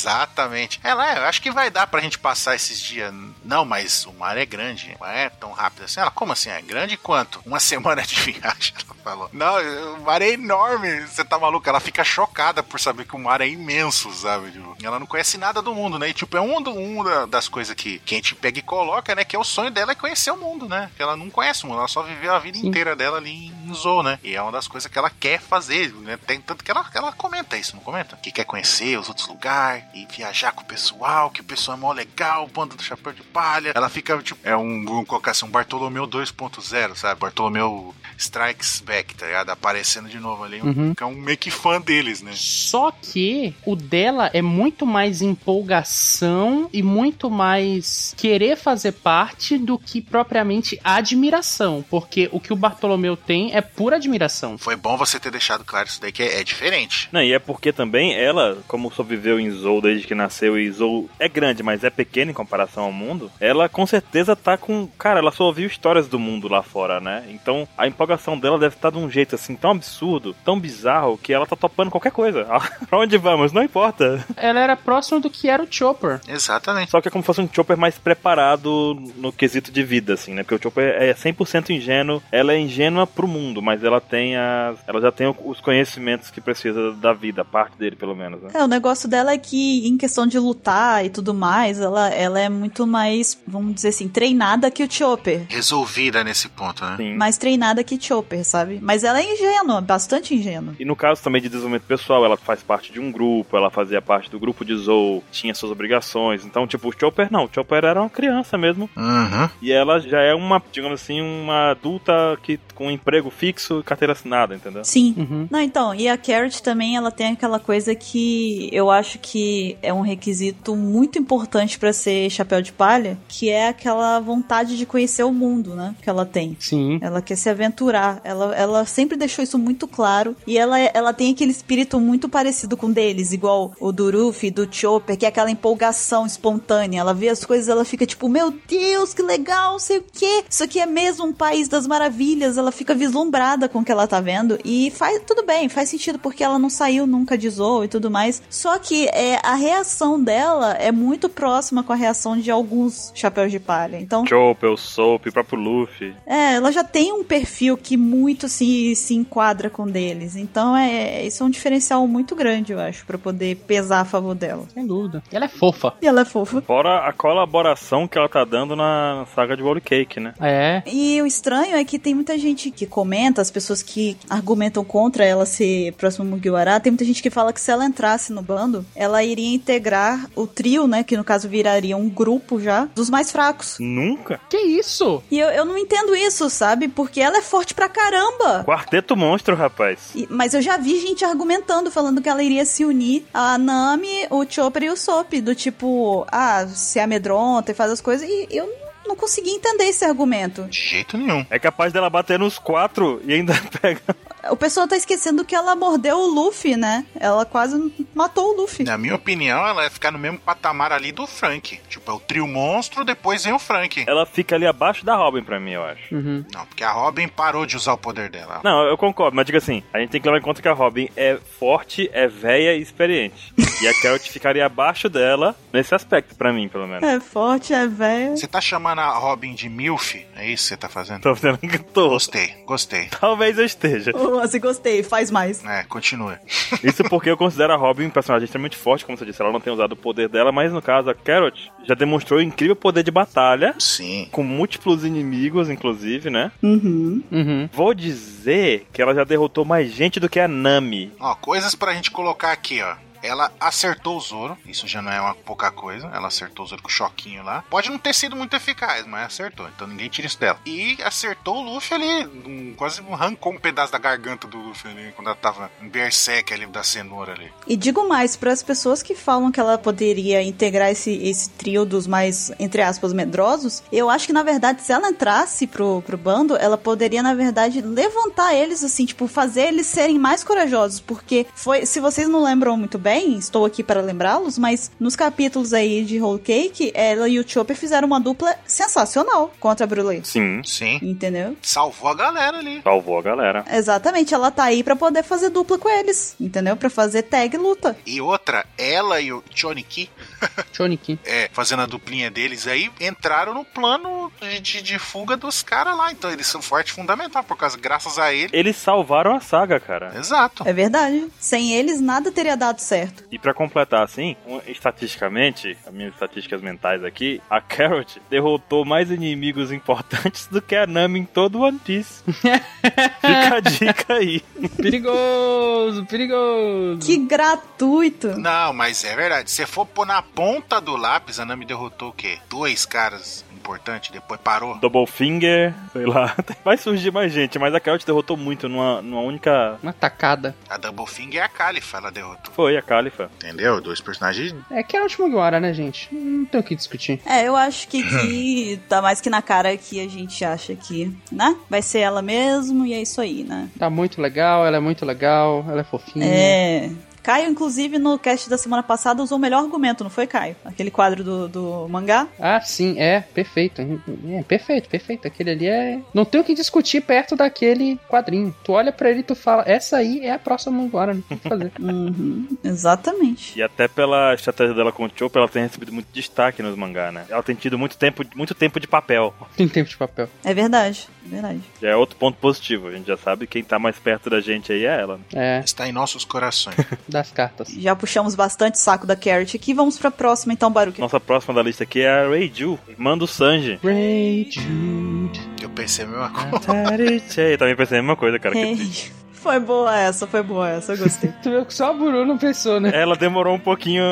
C: Exatamente. Ela é, eu acho que vai dar pra gente passar esses dias. Não, mas o mar é grande, não é tão rápido assim. Ela, como assim? É grande quanto? Uma [laughs] semana de viagem, ela falou. Não, o mar é enorme. Você tá maluco? Ela fica chocada por saber que o mar é imenso, sabe? Tipo, ela não conhece nada do mundo, né? E tipo, é um, do, um da- das coisas que, que a gente pega e coloca, né? Que é o sonho dela é conhecer o mundo, né? Que ela não conhece o mundo, ela só viveu a vida
D: Sim.
C: inteira dela ali em Zou, né? E é uma das coisas que ela quer fazer, né? Tem tanto que ela, que ela comenta isso, não comenta? Que quer conhecer os outros lugares e viajar com o pessoal, que o pessoal é mó legal, banda do chapéu de palha. Ela fica, tipo, é um, vamos colocar assim, um Bartolomeu 2.0, sabe? Bartolomeu Strikes Back, tá ligado? Aparecendo de novo ali.
D: Uhum.
C: Que é um meio que fã deles, né?
D: Só que o dela é muito mais empolgação e muito mais querer fazer parte do que propriamente admiração. Porque o que o Bartolomeu tem é pura admiração.
C: Foi bom você ter deixado claro isso daí, que é, é diferente.
B: Não, e é porque também ela, como sobreviveu em Zou desde que nasceu, e Zou é grande, mas é pequena em comparação ao mundo, ela com certeza tá com. Cara, ela só ouviu histórias do mundo lá fora, né? Então a empolgação dela deve estar de um jeito assim tão absurdo, tão bizarro, que ela tá topando qualquer coisa. [laughs] pra onde vamos? Não importa.
D: Ela era próxima do que era o Chopper.
C: Exatamente.
B: Só que é como se fosse um Chopper mais preparado no quesito de vida, assim, né? Porque o Chopper é 100% ingênuo. Ela é ingênua pro mundo, mas ela tem as... Ela já tem os conhecimentos que precisa da vida, parte dele, pelo menos, né?
A: É, o negócio dela é que, em questão de lutar e tudo mais, ela, ela é muito mais, vamos dizer assim, treinada que o Chopper.
C: Resolvida nesse ponto, né?
B: Sim.
A: Mais treinada que Chopper, sabe? Mas ela é ingênua, bastante ingênua.
B: E no caso também de desenvolvimento pessoal, ela faz parte de um grupo, ela fazia parte do grupo de Zou, tinha suas obrigações. Então, tipo, o Chopper não, o Chopper era uma criança mesmo.
C: Uhum.
B: E ela já é uma, digamos assim, uma adulta que com um emprego fixo e carteira assinada, entendeu?
A: Sim.
D: Uhum.
A: Não, então, e a Carrot também, ela tem aquela coisa que eu acho que é um requisito muito importante pra ser chapéu de palha, que é aquela vontade de conhecer o mundo, né? Que ela tem.
D: Sim.
A: Ela quer se aventurar. Ela, ela sempre deixou isso muito claro. E ela, é- ela tem aquele espírito muito parecido com o deles, igual o do Ruffy, do Chopper, que é aquela empolgação espontânea. Ela vê as coisas, ela fica tipo, meu Deus, que legal, não sei o quê. Isso aqui é mesmo um país das maravilhas. Ela fica vislumbrada com o que ela tá vendo. E faz tudo bem, faz sentido, porque ela não saiu nunca de Zou e tudo mais. Só que é, a reação dela é muito próxima com a reação de alguns chapéus de palha. Então,
B: Chopper, o Soap, o próprio Luffy.
A: é, ela já tem um perfil que muito se, se enquadra com deles. Então, é, isso é um diferencial muito grande, eu acho, pra poder pesar a favor dela.
D: Sem dúvida. Ela é fofa.
A: E ela é fofa.
B: Fora a colaboração que ela tá dando na saga de Wall Cake, né?
D: É.
A: E o estranho é que tem muita gente que comenta, as pessoas que argumentam contra ela ser próximo Mugiwara, tem muita gente que fala que se ela entrasse no bando, ela iria integrar o trio, né? Que no caso viraria um grupo já, dos mais fracos.
B: Nunca?
D: Que isso?
A: E eu, eu não entendo isso, sabe? Porque ela é forte pra caramba.
B: Quarteto monstro, rapaz.
A: E- mas eu já vi gente argumentando, falando que ela iria se unir a Nami, o Chopper e o Sop. Do tipo, ah, se amedronta e faz as coisas. E eu não consegui entender esse argumento.
C: De jeito nenhum.
B: É capaz dela bater nos quatro e ainda [laughs] pega.
A: O pessoal tá esquecendo que ela mordeu o Luffy, né? Ela quase matou o Luffy.
C: Na minha opinião, ela ia ficar no mesmo patamar ali do Frank. Tipo, é o trio monstro, depois vem o Frank.
B: Ela fica ali abaixo da Robin pra mim, eu acho.
D: Uhum.
C: Não, porque a Robin parou de usar o poder dela.
B: Não, eu concordo, mas diga assim, a gente tem que levar em conta que a Robin é forte, é velha e experiente. e a Carrot ficaria abaixo dela nesse aspecto, pra mim, pelo menos.
A: É forte, é velha.
C: Você tá chamando a Robin de MILF? É isso que você tá fazendo?
B: Tô vendo que tô.
C: Gostei, gostei.
B: Talvez eu esteja.
A: Nossa, gostei, faz mais.
C: É, continua.
B: Isso porque eu considero a Robin um personagem extremamente forte, como você disse, ela não tem usado o poder dela, mas no caso a Carrot já demonstrou um incrível poder de batalha,
C: Sim.
B: com múltiplos inimigos, inclusive, né?
A: Uhum.
D: Uhum.
B: Vou dizer que ela já derrotou mais gente do que a Nami.
C: Ó, coisas pra gente colocar aqui, ó. Ela acertou o Zoro, isso já não é uma pouca coisa. Ela acertou o Zoro com o choquinho lá. Pode não ter sido muito eficaz, mas acertou, então ninguém tira isso dela. E acertou o Luffy ali, um- quase arrancou um pedaço da garganta do Luffy ali, quando ela tava em berserk ali da cenoura ali.
A: E digo mais, para as pessoas que falam que ela poderia integrar esse, esse trio dos mais, entre aspas, medrosos, eu acho que, na verdade, se ela entrasse pro, pro bando, ela poderia, na verdade, levantar eles, assim, tipo, fazer eles serem mais corajosos, porque foi, se vocês não lembram muito bem, estou aqui para lembrá-los, mas nos capítulos aí de Whole Cake, ela e o Chopper fizeram uma dupla sensacional contra a Brulé,
B: Sim.
C: Sim.
A: entendeu?
C: Salvou a galera ali.
B: Salvou a galera.
A: Exatamente, ela tá aí para poder fazer dupla com eles, entendeu? Para fazer tag luta.
C: E outra, ela e o Johnny Key,
D: Choniki.
C: é, fazendo a duplinha deles aí, entraram no plano de, de- de fuga dos caras lá. Então eles são forte fundamental, por causa, graças a ele.
B: Eles salvaram a saga, cara.
C: Exato.
A: É verdade. Sem eles, nada teria dado certo.
B: E pra completar assim, um- estatisticamente, as minhas estatísticas mentais aqui, a Carrot derrotou mais inimigos importantes do que a Nami em todo One Piece. Fica a dica aí.
D: [laughs] Perigoso, perigoso.
A: Que gratuito.
C: Não, mas é verdade. Se for pôr na ponta do lápis, a Nami derrotou o quê? Dois caras importantes, depois parou.
B: Double Finger, sei lá. [laughs] Vai surgir mais gente, mas a Carrot derrotou muito numa, numa única.
D: Uma tacada.
C: A Doublefinger e a Califa, ela derrotou.
B: Foi a Califa.
C: Entendeu? Dois personagens.
D: É que era a última hora, né, gente? Não tem o que discutir.
A: É, eu acho que, que tá mais que na cara que a gente acha que, né? Vai ser ela mesmo e é isso aí, né?
D: Tá muito legal, ela é muito legal, ela é fofinha.
A: É. Caio, inclusive, no cast da semana passada, usou o melhor argumento, não foi, Caio? Aquele quadro do, do mangá.
D: Ah, sim, é, perfeito. É, perfeito, perfeito. Aquele ali é. Não tem o que discutir perto daquele quadrinho. Tu olha pra ele e tu fala, essa aí é a próxima agora, não tem o que [laughs] fazer.
A: Uhum, exatamente.
B: E até pela estratégia dela com o Chopper, ela tem recebido muito destaque nos mangá, né? Ela tem tido muito tempo, muito tempo de papel.
D: tem tempo de papel.
A: É verdade, é verdade.
B: Já é outro ponto positivo. A gente já sabe que quem tá mais perto da gente aí é ela. né?
D: É,
C: Está em nossos [laughs] corações.
D: das cartas.
A: Já puxamos bastante saco da Carrot aqui. Vamos pra próxima, então, Baruque.
B: Nossa próxima da lista aqui é a Reiju, irmã do Sanji.
D: Ray Jude.
C: Eu pensei a mesma coisa.
B: [laughs] Eu também pensei a mesma coisa, cara. que
A: Ei, [laughs] Foi boa essa, foi boa essa, eu gostei.
D: Tu viu que só a Buru não pensou, né?
B: Ela demorou um pouquinho.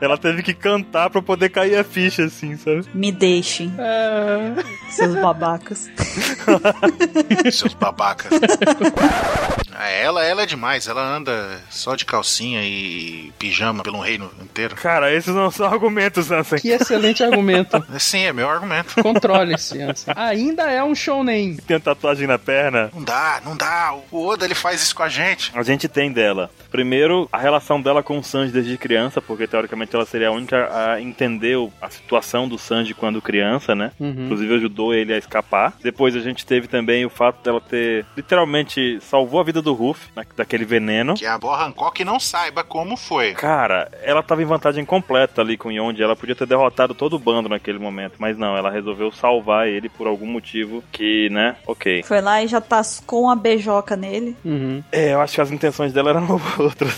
B: Ela teve que cantar pra poder cair a ficha, assim, sabe?
A: Me deixem,
D: Ah,
A: seus babacas.
C: Seus [laughs] babacas. Ah, Ela, ela é demais. Ela anda só de calcinha e pijama pelo reino inteiro.
B: Cara, esses não são argumentos, Ansem.
D: [laughs] que excelente argumento.
C: Sim, é meu argumento.
D: Controle-se, Ansem. Ainda é um shounen.
B: Tem tatuagem na perna.
C: Não dá, não dá. O Oda ele faz isso com a gente.
B: A gente tem dela. Primeiro, a relação dela com o Sanji desde criança, porque teoricamente ela seria a única a entender o- a situação do Sanji quando criança, né?
D: Uhum.
B: Inclusive ajudou ele a escapar. Depois a gente teve também o fato dela ter literalmente salvou a vida do Ruff na- daquele veneno.
C: Que a Boa Hancock não saiba como foi.
B: Cara, ela tava em vantagem completa ali com o Yonde. Ela podia ter derrotado todo o bando naquele momento, mas não, ela resolveu salvar ele por algum motivo que, né? Ok.
A: Foi lá e já tascou uma beijoca nele.
D: Uhum.
B: É, eu [laughs] acho que as intenções dela eram outras.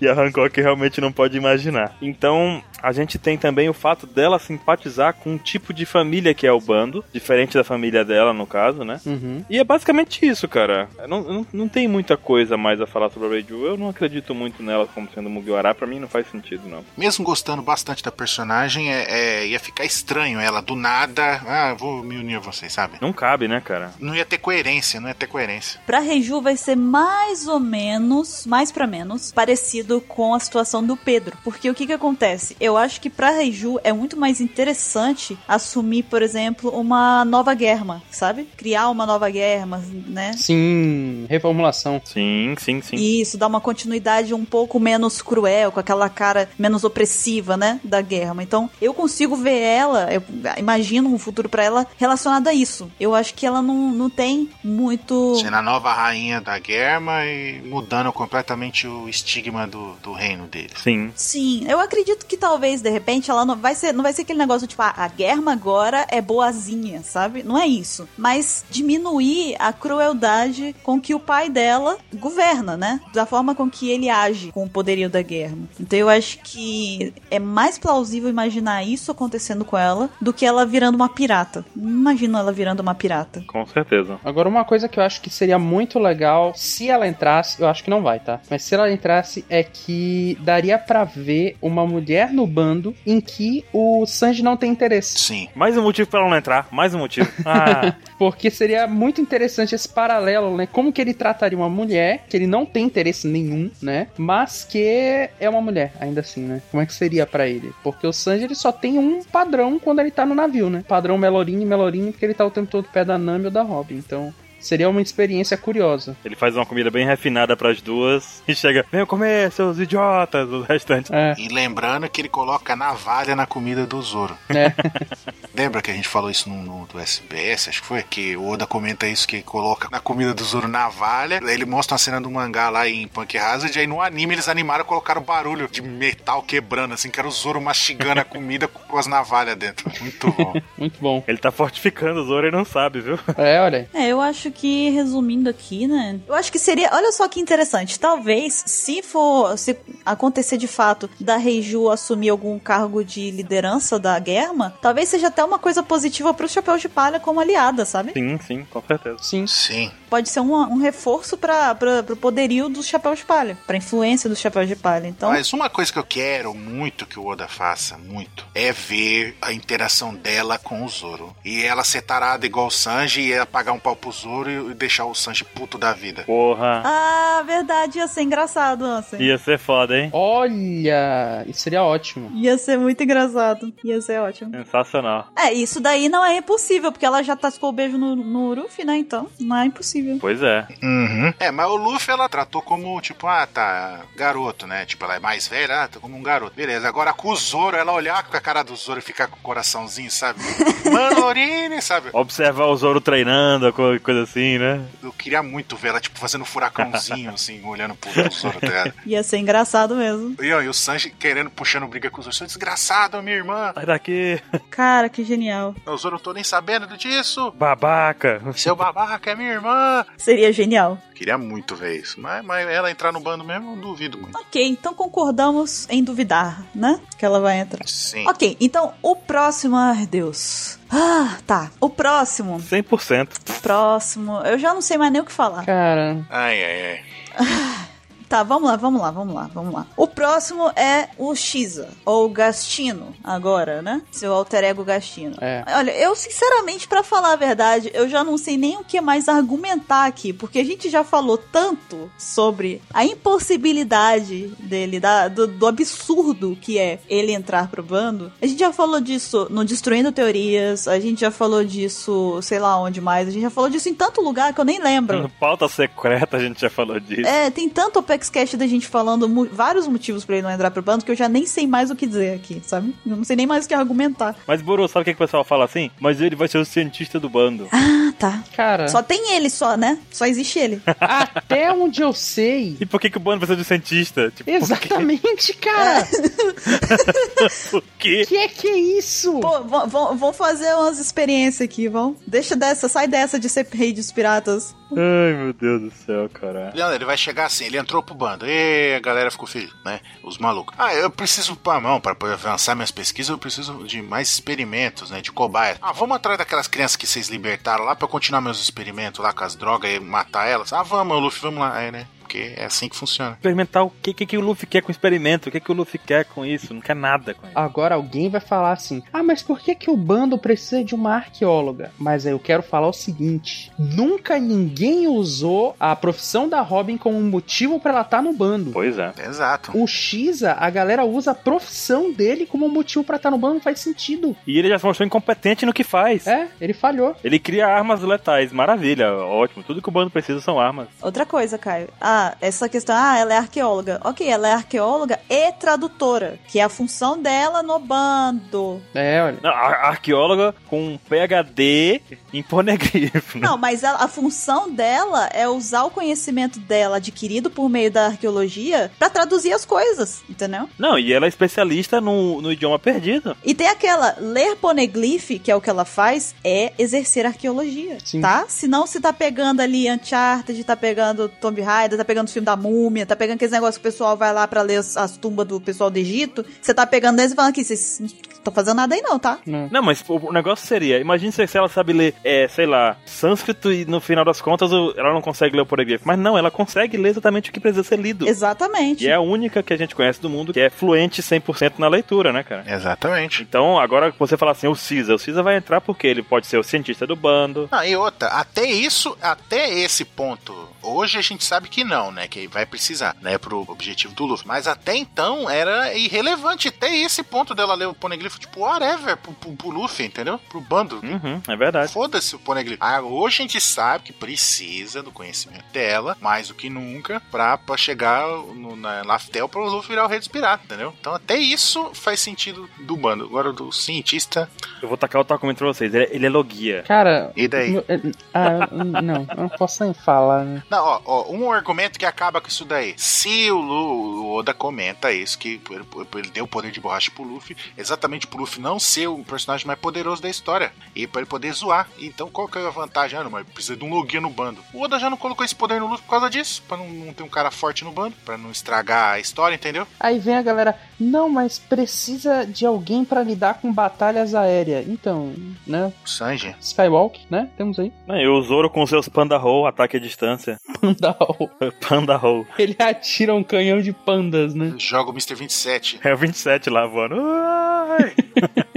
B: e a Hancock realmente não pode imaginar. Então, a gente tem também o fato dela simpatizar com um tipo de família que é o bando, diferente da família dela, no caso, né?
D: Uhum.
B: E é basicamente isso, cara. Eu Não, não, não tem muita coisa mais a falar sobre a Reiju. Eu não acredito muito nela como sendo Mugiwara. Pra mim não faz sentido, não.
C: Mesmo gostando bastante da personagem, é, é- ia ficar estranho ela do nada. Ah, vou me unir a vocês, sabe?
B: Não cabe, né, cara?
C: Não ia ter coerência, não ia ter coerência.
A: Pra Reiju vai ser mais ou menos, mais pra menos, parecido com a situação do Pedro. Porque o que que acontece? Eu acho que pra Reiju é muito mais interessante assumir, por exemplo, uma nova guerra, sabe? Criar uma nova guerra, né?
D: Sim, reformulação.
B: Sim, sim, sim.
A: Isso, dá uma continuidade um pouco menos cruel, com aquela cara menos opressiva, né? Da guerra. Então, eu consigo ver ela, eu imagino um futuro pra ela relacionado a isso. Eu acho que ela não, não tem muito.
C: Sendo a nova rainha da guerra e mudando completamente o estigma do, do reino deles.
B: Sim.
A: Sim, eu acredito que talvez, de repente, ela não vai ser, não vai ser aquele negócio tipo, ah, a Germa agora é boazinha, sabe? Não é isso. Mas diminuir a crueldade com que o pai dela governa, né? Da forma com que ele age com o poderio da Germa. Então eu acho que é mais plausível imaginar isso acontecendo com ela do que ela virando uma pirata. Imagina ela virando uma pirata.
B: Com certeza.
D: Agora, uma coisa que eu acho que seria muito legal se ela entrasse, eu acho que não vai, tá? Mas se ela entrasse, é que daria pra ver uma mulher no bando em que o Sanji não tem interesse.
C: Sim.
B: Mais um motivo pra ela não entrar. Mais um motivo. Ah,
D: Porque seria muito interessante esse paralelo, né? Como que ele trataria uma mulher que ele não tem interesse nenhum, né? Mas que é uma mulher, ainda assim, né? Como é que seria pra ele? Porque o Sanji ele só tem um padrão quando ele tá no navio, né? Padrão Melorinho, Melorinho, porque ele tá o tempo todo pé da Nami ou da Robin. Então, seria uma experiência curiosa.
B: ele faz uma comida bem refinada pras duas [laughs] e chega. Venham comer, seus idiotas, o restante.
D: É,
C: E lembrando que ele coloca navalha na comida do Zoro.
D: né? [laughs]
C: Lembra que a gente falou isso no, no- do SBS, acho que foi? Que o Oda comenta isso, que coloca na comida do Zoro navalha. Aí Ele mostra uma cena do mangá lá em Punk Hazard. Aí no anime eles animaram e colocaram barulho de metal quebrando, assim, que era o Zoro mastigando a comida [laughs] com as navalhas dentro. Muito bom.
D: Muito bom.
B: Ele tá fortificando o Zoro e não sabe, viu? [laughs]
D: É, olha.
A: É, eu acho que, resumindo aqui, né? Eu acho que seria. Olha só que interessante. Talvez, se for. Se acontecer de fato da Reiju assumir algum cargo de liderança da Germa, talvez seja até uma coisa positiva pro Chapéu de Palha como aliada, sabe?
B: Sim, sim, com certeza.
D: Sim.
C: Sim.
A: Pode ser um, um reforço para pro poderio do Chapéu de Palha, pra influência do Chapéu de Palha. Então.
C: Mas uma coisa que eu quero muito que o Oda faça, muito, é ver a interação dela com o Zoro. E ela ser tarada igual o Sanji e ela pagar um pau pro Zoro e- e deixar o Sanji puto da vida.
B: Porra.
A: Ah, verdade, ia ser engraçado, Ansem.
B: Ia ser foda, hein?
D: Olha, isso seria ótimo.
A: Ia ser muito engraçado. Ia ser ótimo.
B: Sensacional.
A: É, isso daí não é impossível, porque ela já tascou o beijo no, no Uruf, né? Então, não é impossível.
B: Pois é.
C: É, mas o Luffy ela tratou como, tipo, ah, tá, garoto, né? Tipo, ela é mais velha, ah, tá como um garoto. Beleza, agora com o Zoro, ela olhar com a cara do Zoro e ficar com o coraçãozinho, sabe? Manorini, sabe?
B: Observar o Zoro treinando, co- coisa assim, né?
C: Eu queria muito ver ela, tipo, fazendo um furacãozinho, assim, olhando pro, pro Zoro dela.
A: Ia ser engraçado mesmo.
C: E, ó, e o Sanji querendo, puxando briga com o Zoro. Seu desgraçado, minha irmã.
B: Sai daqui,
A: Cara, que genial.
C: O Zoro, eu tô nem sabendo disso.
B: babaca. [laughs]
C: Seu babaca é minha irmã.
A: Seria genial.
C: Queria muito ver isso, mas, mas ela entrar no bando mesmo, eu duvido muito.
A: Ok, então concordamos em duvidar, né? Que ela vai entrar.
C: Sim.
A: Ok, então o próximo. Ai, Deus. Ah, tá. O próximo.
B: 100%.
A: Próximo. Eu já não sei mais nem o que falar.
D: Cara,
C: Ai, ai, ai.
A: Tá, vamos lá, vamos lá, vamos lá, vamos lá. O próximo é o Shiza, ou Gastino, agora, né? Seu alter ego Gastino.
D: é.
A: Olha, eu sinceramente, pra falar a verdade, eu já não sei nem o que mais argumentar aqui, porque a gente já falou tanto sobre a impossibilidade dele, da- do, do absurdo que é ele entrar pro bando. A gente já falou disso no Destruindo Teorias, a gente já falou disso, sei lá onde mais, a gente já falou disso em tanto lugar que eu nem lembro.
B: No pauta secreta a gente já falou disso.
A: É, tem tanto Opex Cash da gente falando mu- vários motivos pra ele não entrar pro bando que eu já nem sei mais o que dizer aqui, sabe? Eu não sei nem mais o que argumentar.
B: Mas, Buru, sabe o que, que o pessoal fala assim? Mas ele vai ser o cientista do bando.
A: Ah, tá.
D: Cara,
A: Só tem ele só, né? Só existe ele.
D: até onde eu sei.
B: E [laughs] por que, que o bando vai ser de cientista? Tipo,
D: Exatamente, cara.
B: por quê?
D: Que é que é isso?
A: Pô, vão- vão vão fazer umas experiências aqui, vão. Deixa dessa, sai dessa de ser rei dos piratas.
B: Ai, meu Deus do céu, cara.
C: Leandro, ele vai chegar assim, ele entrou pro bando. E a galera ficou feliz, né? Os malucos. Ah, eu preciso pra mão, pra poder avançar minhas pesquisas, eu preciso de mais experimentos, né? De cobaias. Ah, vamos atrás daquelas crianças que vocês libertaram lá pra eu continuar meus experimentos lá com as drogas e matar elas. Ah, vamos, Luffy, vamos lá. É, né? Porque é assim que funciona.
B: Experimentar o que, que, que o Luffy quer com o experimento, o que, que o Luffy quer com isso, não quer nada com isso.
D: Agora alguém vai falar assim: ah, mas por que, que o bando precisa de uma arqueóloga? Mas aí eu quero falar o seguinte: nunca ninguém usou a profissão da Robin como um motivo pra ela estar no bando.
B: Pois é.
C: Exato.
D: O Xa, a galera usa a profissão dele como um motivo pra estar no bando, não faz sentido.
B: E ele já se mostrou incompetente no que faz.
D: É, ele falhou.
B: Ele cria armas letais, maravilha, ótimo. Tudo que o bando precisa são armas.
A: Outra coisa, Caio. Ah, essa questão, ah, ela é arqueóloga. Ok, ela é arqueóloga e tradutora, que é a função dela no bando.
D: É, olha.
B: Não, a- arqueóloga com um PhD em ponegrifo.
A: Não, mas ela- a função dela é usar o conhecimento dela adquirido por meio da arqueologia pra traduzir as coisas, entendeu?
B: [laughs] Não, e ela é especialista no, no idioma perdido.
A: E tem aquela, ler poneglyph, que é o que ela faz, é exercer arqueologia,
D: Sim.
A: tá? Senão você tá pegando ali Uncharted, tá pegando Tomb Raider, tá pegando o filme da múmia, tá pegando aqueles negócios que o pessoal vai lá pra ler as, as tumbas do pessoal do Egito, você tá pegando eles e falando aqui, vocês não estão fazendo nada aí não, tá?
D: né?
B: Não, mas o o negócio seria, imagina se se ela sabe ler, é, sei lá, sânscrito e no final das contas o- ela não consegue ler o ponegrifo. Mas não, ela consegue ler exatamente o que precisa ser lido.
A: Exatamente.
B: E é a única que a gente conhece do mundo que é fluente 100% na leitura, né, cara?
C: Exatamente.
B: Então, agora você fala assim, o Cisa. O Cisa vai entrar porque ele pode ser o cientista do bando.
C: Ah, e outra, até isso, até esse ponto, hoje a gente sabe que não, né? Que vai precisar, né? Pro objetivo do Luffy. Mas até então era irrelevante, até esse ponto dela ler o Poneglyph, tipo, whatever, pro, pro, pro Luffy, entendeu? Pro bando.
B: Uhum, é verdade.
C: Foda-se o Poneglyph. Ah, hoje a gente sabe que precisa do conhecimento dela, mais do que nunca, pra, pra chegar no, na Laftel pro Luffy virar o Rei dos Piratas, entendeu? Então até isso faz sentido do bando. Agora do cientista,
B: Eu vou tacar o documento pra vocês. Ele, ele é logia.
D: Cara.
C: e daí?
D: meu- eh, ah, eu- não, eu não posso nem falar, né?
C: Não, ó, ó, um argumento que acaba com isso daí. Se o, Lu, o Oda comenta isso, que ele, ele deu o poder de borracha pro Luffy, exatamente pro Luffy não ser o personagem mais poderoso da história. E pra ele poder zoar. Então qual que é a vantagem? Ah, não, mas precisa de um login no bando. O Oda já não colocou esse poder no Luffy por causa disso. Pra não, não ter um cara forte no bando. Pra não estragar a história, entendeu?
D: Aí vem a galera, não, mas precisa de alguém pra lidar com batalhas aéreas. Então, né?
C: O Sanji.
D: Skywalk, né? Temos aí. [laughs]
B: Não, E o Zoro com seus panda roll, ataque à distância. [laughs]
D: Panda Hall.
B: Panda roll.
D: Ele atira um canhão de pandas, né?
C: Joga o Mr. 27.
B: É o 27 lá voando. Uai!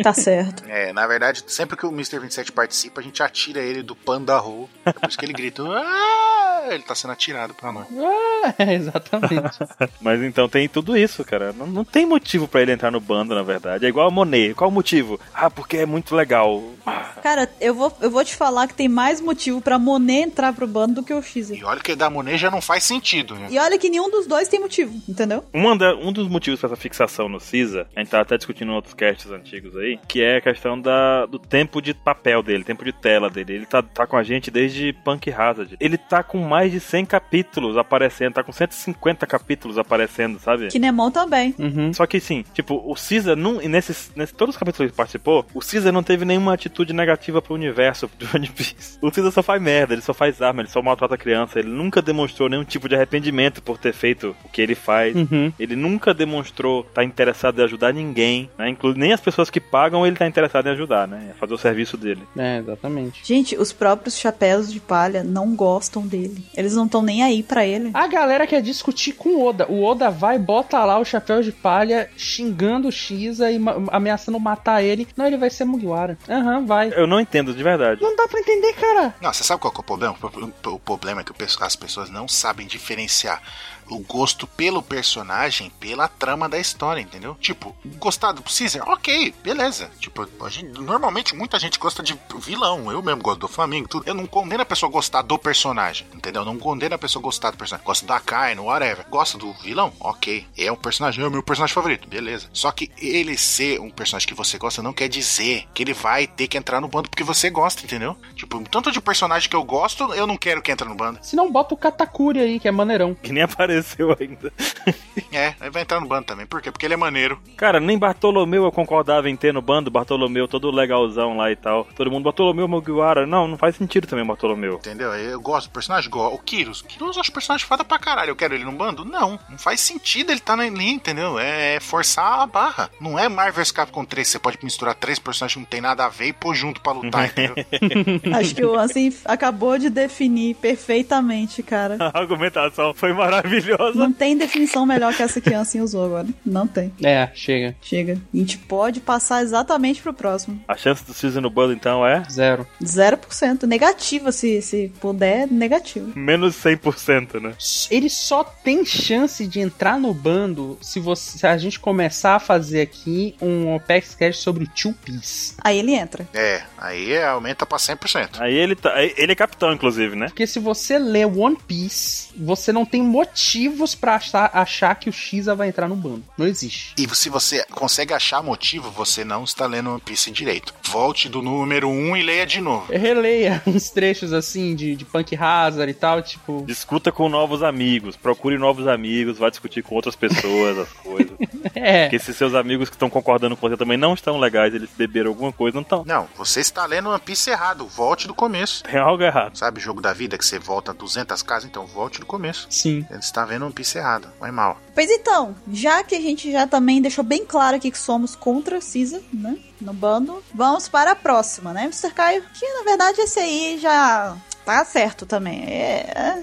A: Tá
C: [laughs]
A: certo.
C: É, na verdade, sempre que o Mr. 27 participa, a gente atira ele do Panda Hole. É por isso que ele grita. [laughs] "Ah!" Ele tá sendo atirado pra nós.
D: [laughs] É, exatamente.
B: Mas então tem tudo isso, cara. Não, não tem motivo pra ele entrar no bando, na verdade. É igual a Monet. Qual o motivo? Ah, porque é muito legal.
A: Cara, eu vou, eu vou te falar que tem mais motivo pra Monet entrar pro bando do que o X.
C: E olha que da Monet já não faz sentido, né?
A: E olha que nenhum dos dois tem motivo, entendeu?
B: Uma da- um dos motivos pra essa fixação no Cisa, a gente tava até discutindo em outros casts antigos aí, que é a questão da, do tempo de papel dele, tempo de tela dele. Ele tá, tá com a gente desde Punk Hazard. Ele tá com mais de 100 capítulos aparecendo, tá com 150 capítulos aparecendo, sabe?
A: Kinemon também.
D: [laughs] Uhum.
B: Só que sim, tipo, o Caesar, não, e nesses, nesses, todos os capítulos que ele participou, o Caesar não teve nenhuma atitude negativa pro universo do One Piece. O Caesar só faz merda, ele só faz arma, ele só maltrata a criança, ele nunca demonstrou nenhum tipo de arrependimento por ter feito o que ele faz.
D: Uhum.
B: Ele nunca demonstrou estar interessado em ajudar ninguém, né? Inclu- nem as pessoas que pagam ele tá interessado em ajudar, né? É fazer o serviço dele.
D: É, exatamente.
A: Gente, os próprios chapéus de palha não gostam dele. Eles não estão nem aí pra
D: [laughs]
A: ele.
D: A galera quer discutir com o Oda. O Oda vai, bota lá o chapéu de palha, xingando o Xa e ma- ameaçando matar ele. Não, ele vai ser Mugiwara. Aham, vai.
B: Eu não entendo, de verdade. [laughs]
D: Não dá pra entender, cara.
C: Não, você sabe qual que é o problema? O pro- O problema é que o pesso- as pessoas não sabem diferenciar o gosto pelo personagem pela trama da história, entendeu? Tipo, gostar do Caesar, ok, beleza. Tipo, a gente- normalmente muita gente gosta de vilão. Eu mesmo gosto do Flamengo, tudo. Eu não condeno a pessoa a gostar do personagem, entendeu? Não condeno a pessoa a gostar do personagem. Gosto da Kaino, whatever. Gosto do vilão, ok. É um personagem, é o meu personagem favorito, beleza. Só que ele ser um personagem que você gosta não quer dizer que ele vai ter que entrar no bando porque você gosta, entendeu? Tipo, tanto de personagem que eu gosto, eu não quero que entre
D: [laughs]
C: no bando.
D: Se não, bota o Katakuri aí, que é maneirão.
B: Que nem apareceu ainda. [laughs]
C: É, aí vai entrar no bando também. Por quê? Porque ele é maneiro.
B: Cara, nem Bartolomeu eu concordava em ter no bando, Bartolomeu todo legalzão lá e tal. Todo mundo, Bartolomeu [laughs] Mugiwara. Não, não faz sentido também Bartolomeu.
C: Entendeu? Eu gosto do personagem, igual o Kyrus. Kyrus é um personagem foda pra caralho. Eu quero ele no bando? Não. Não faz sentido ele tá na linha, entendeu? É forçar a barra. Não é Marvel's Capcom 3. Você pode misturar três personagens que não tem nada a ver e pôr junto pra lutar, entendeu?
A: Acho que o Ansem acabou de definir perfeitamente, cara.
B: A argumentação foi maravilhosa.
A: Não tem definição melhor que essa que Ansem usou agora. Não tem.
D: É, chega.
A: Chega. A gente pode passar exatamente pro próximo.
B: A chance do Suzy no bando, então, é
D: Zero.
A: 0%. Negativa, se, se puder, negativa.
B: menos 100%, né?
D: Ele só tem chance de entrar no bando se, você, se a gente começar a fazer aqui um Opex Cash sobre o Two Piece.
A: Aí ele entra.
C: É, aí é, aumenta pra 100%.
B: Aí ele tá. aí- Ele é capitão, inclusive, né?
D: Porque se você lê One Piece, você não tem motivos pra achar, achar que o Xa vai entrar no bando. Não existe.
C: E se você consegue achar motivo, você não está lendo One Piece direito. Volte do número 1 e leia de novo.
D: É, Releia [laughs] uns trechos assim de, de Punk Hazard e tal, tipo. [laughs]
B: Discuta com novos amigos, procure novos amigos, vá discutir com outras pessoas as coisas.
D: É.
B: Porque se seus amigos que estão concordando com você também não estão legais, eles beberam alguma coisa, não estão.
C: Não, você está lendo One Piece errado. Volte do começo.
B: Tem algo errado.
C: Sabe jogo da vida que você volta 200 casas? Então volte do começo.
D: Sim.
C: Você está vendo One Piece errado. Vai mal.
A: Pois então, já que a gente já também deixou bem claro aqui que somos contra a Cisa, né? No bando, vamos para a próxima, né, Mr. Caio? Que na verdade esse aí já tá certo também. É.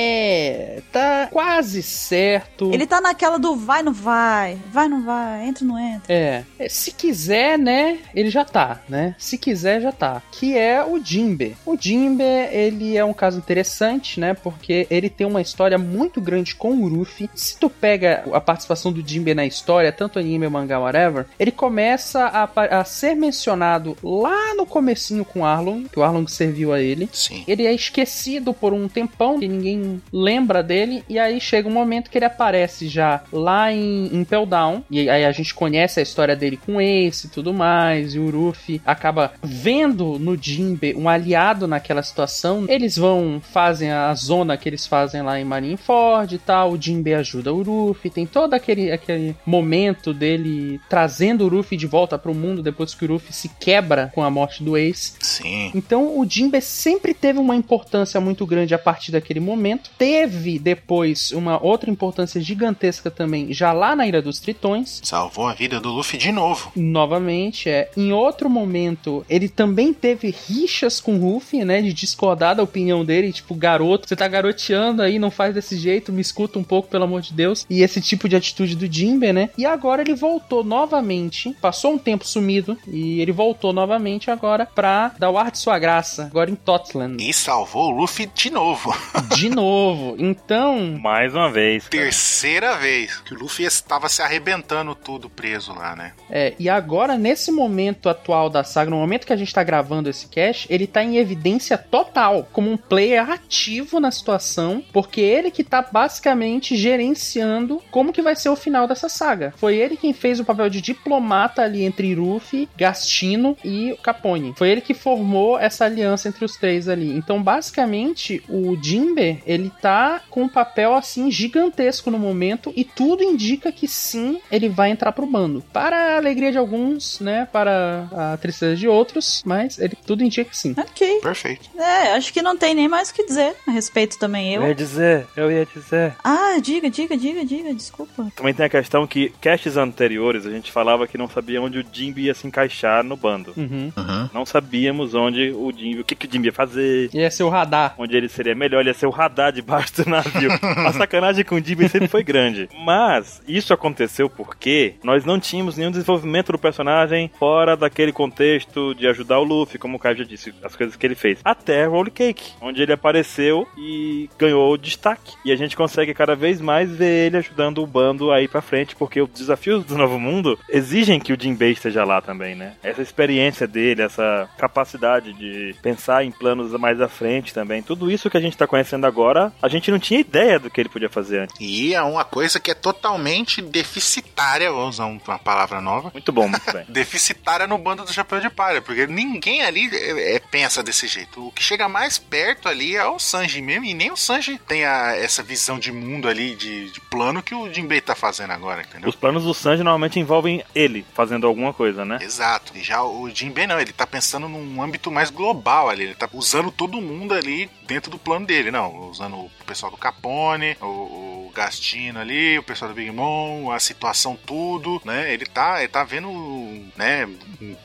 D: É. Tá quase certo.
A: Ele tá naquela do vai, não vai, vai, não vai, entra, não entra.
D: É. É, Se quiser, né? Ele já tá, né? Se quiser, já tá. Que é o Jimbe. O Jimbe, ele é um caso interessante, né? Porque ele tem uma história muito grande com o Ruffy. Se tu pega a participação do Jimbe na história, tanto anime, mangá, whatever, ele começa a, apa- a ser mencionado lá no comecinho com o Arlong, que o Arlong serviu a ele.
C: Sim.
D: Ele é esquecido por um tempão, que ninguém lembra dele, e aí chega um momento que ele aparece já lá em, em Impel Down, e aí a gente conhece a história dele com Ace e tudo mais, e o Ruffy acaba vendo no Jinbe um aliado naquela situação. Eles vão, fazem a zona que eles fazem lá em Marineford e tal, o Jinbe ajuda o Ruffy, tem todo aquele, aquele momento dele trazendo o Ruffy de volta pro mundo depois que o Ruffy se quebra com a morte do Ace.
C: Sim.
D: Então o Jimbe sempre teve uma importância muito grande a partir daquele momento. Teve depois uma outra importância gigantesca também, já lá na Ilha dos Tritões.
C: Salvou a vida do Luffy de novo.
D: Novamente, é. Em outro momento, ele também teve rixas com o Ruffy, né? De discordar da opinião dele. Tipo, garoto, você tá garoteando aí, não faz desse jeito, me escuta um pouco, pelo amor de Deus. E esse tipo de atitude do Jimbe, né? E agora ele voltou novamente. Passou um tempo sumido. E ele voltou novamente agora pra dar o ar de sua graça. Agora em
C: [laughs]
D: Totland.
C: E salvou o Luffy de novo. [laughs]
D: De novo. Então.
B: Mais uma vez. cara.
C: Terceira vez que o Luffy estava se arrebentando tudo preso lá, né?
D: É, e agora, nesse momento atual da saga, no momento que a gente tá gravando esse cast, ele tá em evidência total, como um player ativo na situação, porque ele que tá basicamente gerenciando como que vai ser o final dessa saga. Foi ele quem fez o papel de diplomata ali entre Ruffy, Gastino e Capone. Foi ele que formou essa aliança entre os três ali. Então, basicamente, o Jimbe, ele tá com um papel assim gigantesco no momento e tudo indica que sim, ele vai entrar pro bando. Para a alegria de alguns, né, para a tristeza de outros, mas ele tudo indica que sim.
A: Ok.
C: Perfeito.
A: É, acho que não tem nem mais o que dizer a respeito também. Eu.
B: dizer, eu ia dizer.
A: Ah, diga, diga, diga, diga, desculpa.
B: Também tem a questão que castes anteriores a gente falava que não sabia onde o Jimby ia se encaixar no bando.
D: Uhum.
B: Não sabíamos onde o Jimby, o que, que o Jimby ia fazer,
D: E é seu radar.
B: onde ele seria melhor, ele ia ser o radar debaixo do navio. a sacanagem com o Jimmy sempre foi grande. Mas isso aconteceu porque nós não tínhamos nenhum desenvolvimento do personagem fora daquele contexto de ajudar o Luffy, como o Caio já disse, as coisas que ele fez. Até Roll Cake, onde ele apareceu e ganhou destaque. E a gente consegue cada vez mais ver ele ajudando o bando a ir pra frente, porque os desafios do Novo Mundo exigem que o Jinbei esteja lá também, né? Essa experiência dele, essa capacidade de pensar em planos mais à frente também, tudo isso que a gente tá conhecendo agora, a gente não tinha ideia do que ele podia fazer antes.
C: E é uma coisa que é totalmente deficitária, vou usar um- uma palavra nova.
B: Muito bom, muito [laughs] bem.
C: Deficitária no bando do Chapéu de Palha, porque ninguém ali é, é, pensa desse jeito. O que chega mais perto ali é o Sanji mesmo, e nem o Sanji tem a- essa visão de mundo ali, de, de plano que o Jinbei tá fazendo agora, entendeu?
B: Os planos do Sanji normalmente envolvem ele fazendo alguma coisa, né?
C: Exato. E já o Jinbei não, ele tá pensando num âmbito mais global ali, ele tá usando todo todo mundo ali dentro do plano dele, não. Usando o pessoal do Capone, o, o Gastino ali, o pessoal do Big Mom, a situação tudo, né? Ele tá, ele tá vendo, né,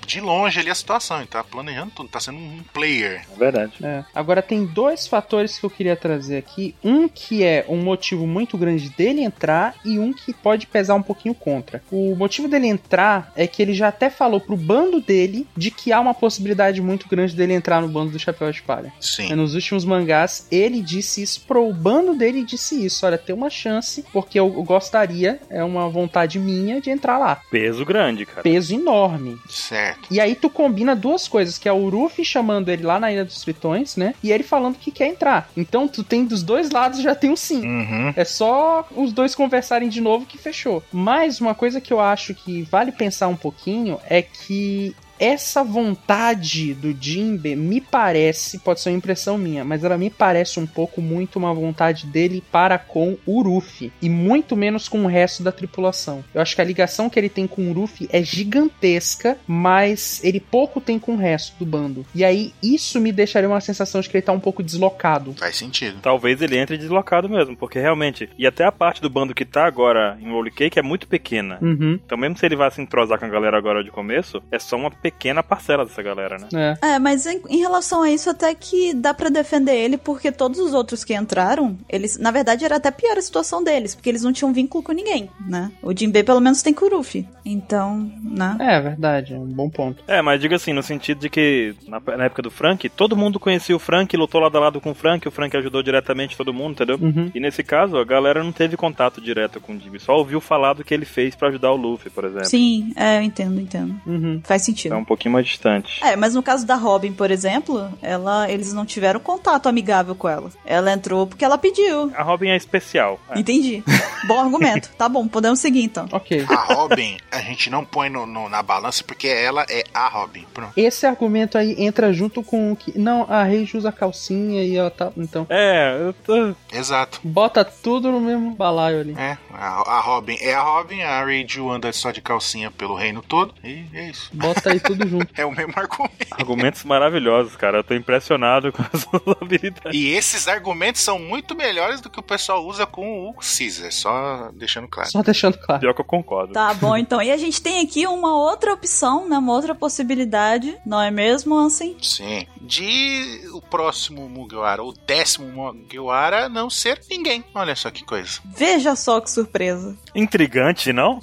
C: de longe ali a situação, ele tá planejando tudo, tá sendo um player.
B: É verdade.
D: É. Agora tem dois fatores que eu queria trazer aqui. Um que é um motivo muito grande dele entrar e um que pode pesar um pouquinho contra. O motivo dele entrar é que ele já até falou pro bando dele de que há uma possibilidade muito grande dele entrar no bando do Chapéu de Palha. É,
C: Sim.
D: Nos últimos mangás, ele disse isso pro bando dele e disse isso. Olha, tem uma chance, porque eu gostaria, é uma vontade minha de entrar lá.
B: Peso grande, cara.
D: Peso enorme.
C: Certo.
D: E aí tu combina duas coisas, que é o Ruffy chamando ele lá na Ilha dos Tritões, né? E ele falando que quer entrar. Então tu tem dos dois lados já tem um sim.
C: Uhum.
D: É só os dois conversarem de novo que fechou. Mas uma coisa que eu acho que vale pensar um pouquinho é que essa vontade do Jimbe me parece, pode ser uma impressão minha, mas ela me parece um pouco muito uma vontade dele para com o Ruffy e muito menos com o resto da tripulação. Eu acho que a ligação que ele tem com o Ruffy é gigantesca, mas ele pouco tem com o resto do bando. E aí isso me deixaria uma sensação de que ele tá um pouco deslocado.
C: Faz sentido.
B: Talvez ele entre deslocado mesmo, porque realmente. E até a parte do bando que tá agora em Holy Cake é muito pequena.
D: Uhum.
B: Então, mesmo se ele vá se entrosar com a galera agora de começo, é só uma pequena parcela dessa galera, né?
D: É.
A: É, mas em, em relação a isso, até que dá pra defender ele, porque todos os outros que entraram, eles, na verdade, era até pior a situação deles, porque eles não tinham vínculo com ninguém, né? O Jinbei, pelo menos, tem Kurufi. Então, né?
D: É verdade, é um bom ponto.
B: É, mas diga assim, no sentido de que na, na época do Frank, todo mundo conhecia o Frank, lutou lado a lado com o Frank, o Frank ajudou diretamente todo mundo, entendeu?
D: Uhum.
B: E nesse caso, a galera não teve contato direto com o Jimmy, só ouviu falar do que ele fez pra ajudar o Luffy, por exemplo.
A: Sim, é, eu entendo, entendo.
D: Uhum.
A: Faz sentido.
B: Então, é um pouquinho mais distante.
A: É, mas no caso da Robin, por exemplo, ela, eles não tiveram contato amigável com ela. Ela entrou porque ela pediu.
B: A Robin é especial. É. [laughs]
A: Entendi. bom argumento. Tá bom, podemos seguir então.
D: Ok.
C: A Robin, a gente não põe no- no- na balança porque ela é a Robin. Pronto.
D: Esse argumento aí entra junto com o que. Não, a Rage usa calcinha e ela tá. Então.
B: É, eu tô...
C: Exato.
D: Bota tudo no mesmo balaio ali.
C: É, a, a Robin é a Robin, a Rachel anda só de calcinha pelo reino todo, e é isso.
D: Bota aí tudo
C: [laughs]
D: junto.
C: É o mesmo argumento.
B: argumentos maravilhosos, cara. Eu tô impressionado com as [laughs] suas habilidades.
C: E esses argumentos são muito melhores do que o pessoal usa com o Caesar, é só deixando claro.
D: Só deixando claro.
B: Pior que eu concordo.
A: Tá bom, então. E a gente tem aqui uma outra opção, né? Uma outra possibilidade, não é mesmo, assim?
C: Sim. De o próximo Mugiwara, o décimo Mugiwara, não ser ninguém. Olha só que coisa.
A: Veja só que surpresa.
B: Intrigante, não?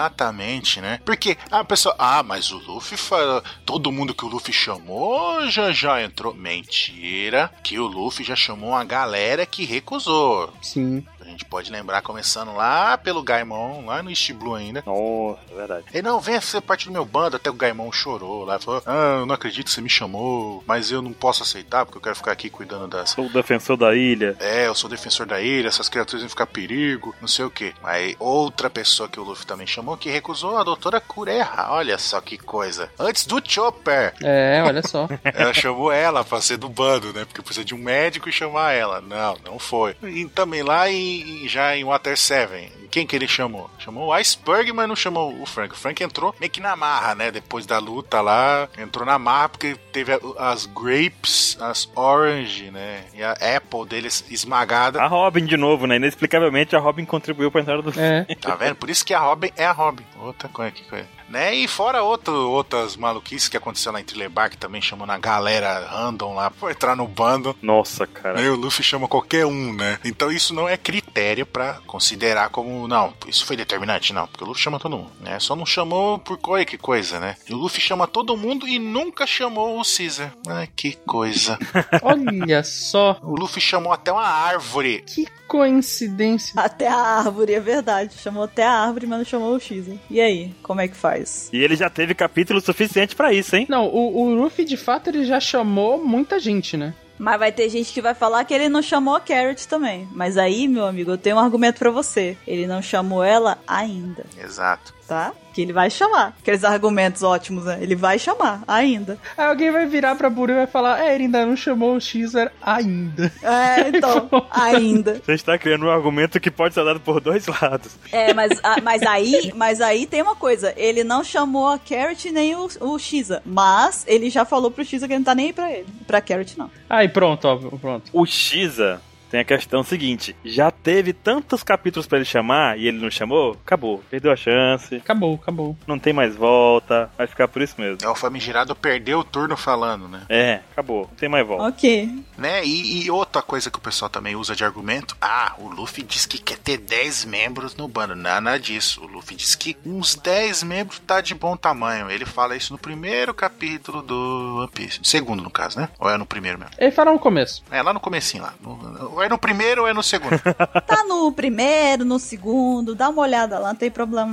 C: Exatamente, né? Porque, ah, pessoal, ah, mas o Luffy, fa- todo mundo que o Luffy chamou já já entrou. Mentira, que o Luffy já chamou uma galera que recusou.
D: Sim.
C: A gente pode lembrar, começando lá pelo Gaimon, lá no East Blue ainda.
B: Nossa, é verdade.
C: Ele, não, venha ser parte do meu bando. Até o Gaimon chorou lá, falou, ah, eu não acredito que você me chamou, mas eu não posso aceitar porque eu quero ficar aqui cuidando das...
B: Sou o defensor da ilha.
C: É, eu sou defensor da ilha, essas criaturas vão ficar perigo, não sei o que. Aí outra pessoa que o Luffy também chamou que recusou a doutora Kureha. Olha só que coisa. Antes do Chopper,
D: É, olha só.
C: ela chamou ela pra ser do bando, né? Porque precisa de um médico e chamar ela. Não, não foi. E também lá em, em- já em Water Seven. Quem que ele chamou? Chamou o Iceberg, mas não chamou o Frank. O Frank entrou meio que na marra, né? Depois da luta lá, entrou na marra porque teve a- as grapes, as orange, né? E a apple deles esmagada.
B: A Robin de novo, né? Inexplicavelmente a Robin contribuiu pra entrada do.
D: É.
C: Tá vendo? Por isso que a Robin é a Robin. Outra coisa que coisa. Né? E fora outro, outras maluquices que aconteceu lá em Thriller Bark também, chamando a galera random lá pra entrar no bando.
B: Nossa, cara.
C: Aí o Luffy chama qualquer um, né? Então isso não é critério pra considerar como, não, isso foi determinante, não, porque o Luffy chama todo mundo, né? Só não chamou por coi que coisa, né? E o Luffy chama todo mundo e nunca chamou o Caesar. Ah, que coisa.
D: Olha só.
C: O Luffy chamou até uma árvore.
D: Que coincidência.
A: Até a árvore, é verdade. Chamou até a árvore, mas não chamou o X. hein? E aí, como é que faz?
B: E ele já teve capítulo suficiente pra isso, hein?
D: Não, o, o Ruffy de fato ele já chamou muita gente, né?
A: Mas vai ter gente que vai falar que ele não chamou a Carrot também. Mas aí, meu amigo, eu tenho um argumento pra você. Ele não chamou ela ainda.
C: Exato.
A: tá? Que ele vai chamar. Aqueles argumentos ótimos, né? Ele vai chamar, ainda.
D: Aí alguém vai virar pra Buru e vai falar: É, ele ainda não chamou o Xer ainda.
A: É, [laughs] então, ainda.
B: Você está criando um argumento que pode ser dado por dois [laughs] lados.
A: É, mas, a- mas aí, mas aí tem uma coisa. Ele não chamou a Carrot nem o, o Shiza, mas ele já falou pro Shiza que ele não tá nem aí pra ele, pra Carrot não.
D: Aí pronto, ó, pronto.
B: O Shiza tem a questão seguinte: já teve tantos capítulos pra ele chamar e ele não chamou? Acabou, perdeu a chance,
D: Acabou, acabou.
B: não tem mais volta, vai ficar por isso mesmo.
C: É o famigerado perdeu o turno falando, né?
B: É, acabou, não tem mais volta.
A: Ok.
C: né? E, e outra coisa que o pessoal também usa de argumento: ah, o Luffy diz que quer ter 10 membros no bando. é Nada disso. O Luffy diz que uns 10 membros tá de bom tamanho. Ele fala isso no primeiro capítulo do One Piece. No segundo, no caso, né? Ou é no primeiro mesmo?
D: Ele fala no começo.
C: É lá no comecinho lá. No- Ou é no primeiro ou é no segundo.
A: Tá no primeiro, no segundo, dá uma olhada lá, não tem problema.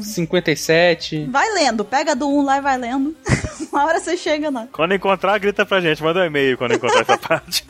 D: 57.
A: Vai lendo, pega do um lá e vai lendo. [laughs] uma hora você chega lá.
B: Quando encontrar, grita pra gente, manda um e-mail quando encontrar essa [laughs] parte.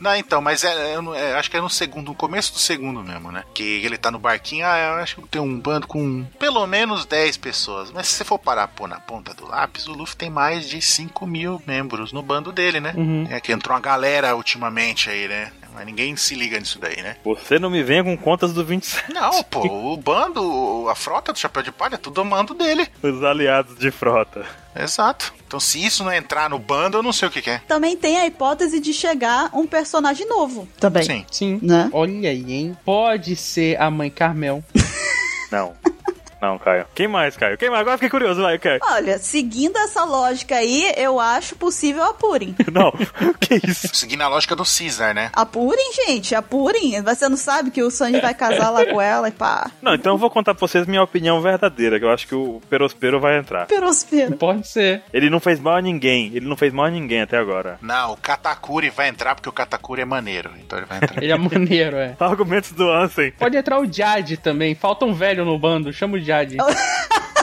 C: Não, então, mas é, é no- é, acho que é no segundo, no começo do segundo mesmo, né? Que ele tá no barquinho, ah, eu acho que tem um bando com pelo menos 10 pessoas. Mas se você for parar pô, na ponta do lápis, o Luffy tem mais de 5 mil membros no bando dele, né? É que entrou uma galera ultimamente aí, né? Mas ninguém se liga nisso daí, né?
B: Você não me venha com contas do 27.
C: Não, pô, o bando, a frota do Chapéu de Palha, é tudo mando dele.
B: Os aliados de frota.
C: Exato. Então, se isso não entrar no bando, eu não sei o que, que é.
A: Também tem a hipótese de chegar um personagem novo. Também.
C: Sim.
D: Sim.
A: Né?
D: Olha aí, hein? Pode ser a mãe Carmel.
B: Não. [laughs] Não, Caio. Quem mais, Caio? Quem mais? Agora eu fiquei curioso, vai, Caio.
A: Olha, seguindo essa lógica aí, eu acho possível a Purim.
B: [laughs] Não. [laughs] que isso?
C: Seguindo a lógica do Caesar, né?
A: Apurem, gente, apurem. Você não sabe que o Sanji vai casar lá com ela e pá.
B: Não, então eu vou contar pra vocês minha opinião verdadeira, que eu acho que o Perospero vai entrar.
A: Perospero.
D: Pode ser.
B: Ele não fez mal a ninguém. Ele não fez mal a ninguém até agora.
C: Não, o Katakuri vai entrar porque o Katakuri é maneiro. Então ele vai
D: [laughs]
C: entrar.
D: Ele é maneiro, é.
B: [laughs] Argumentos do Ansem.
D: Pode entrar o Jade também. Falta um velho no bando. Chama o Jade.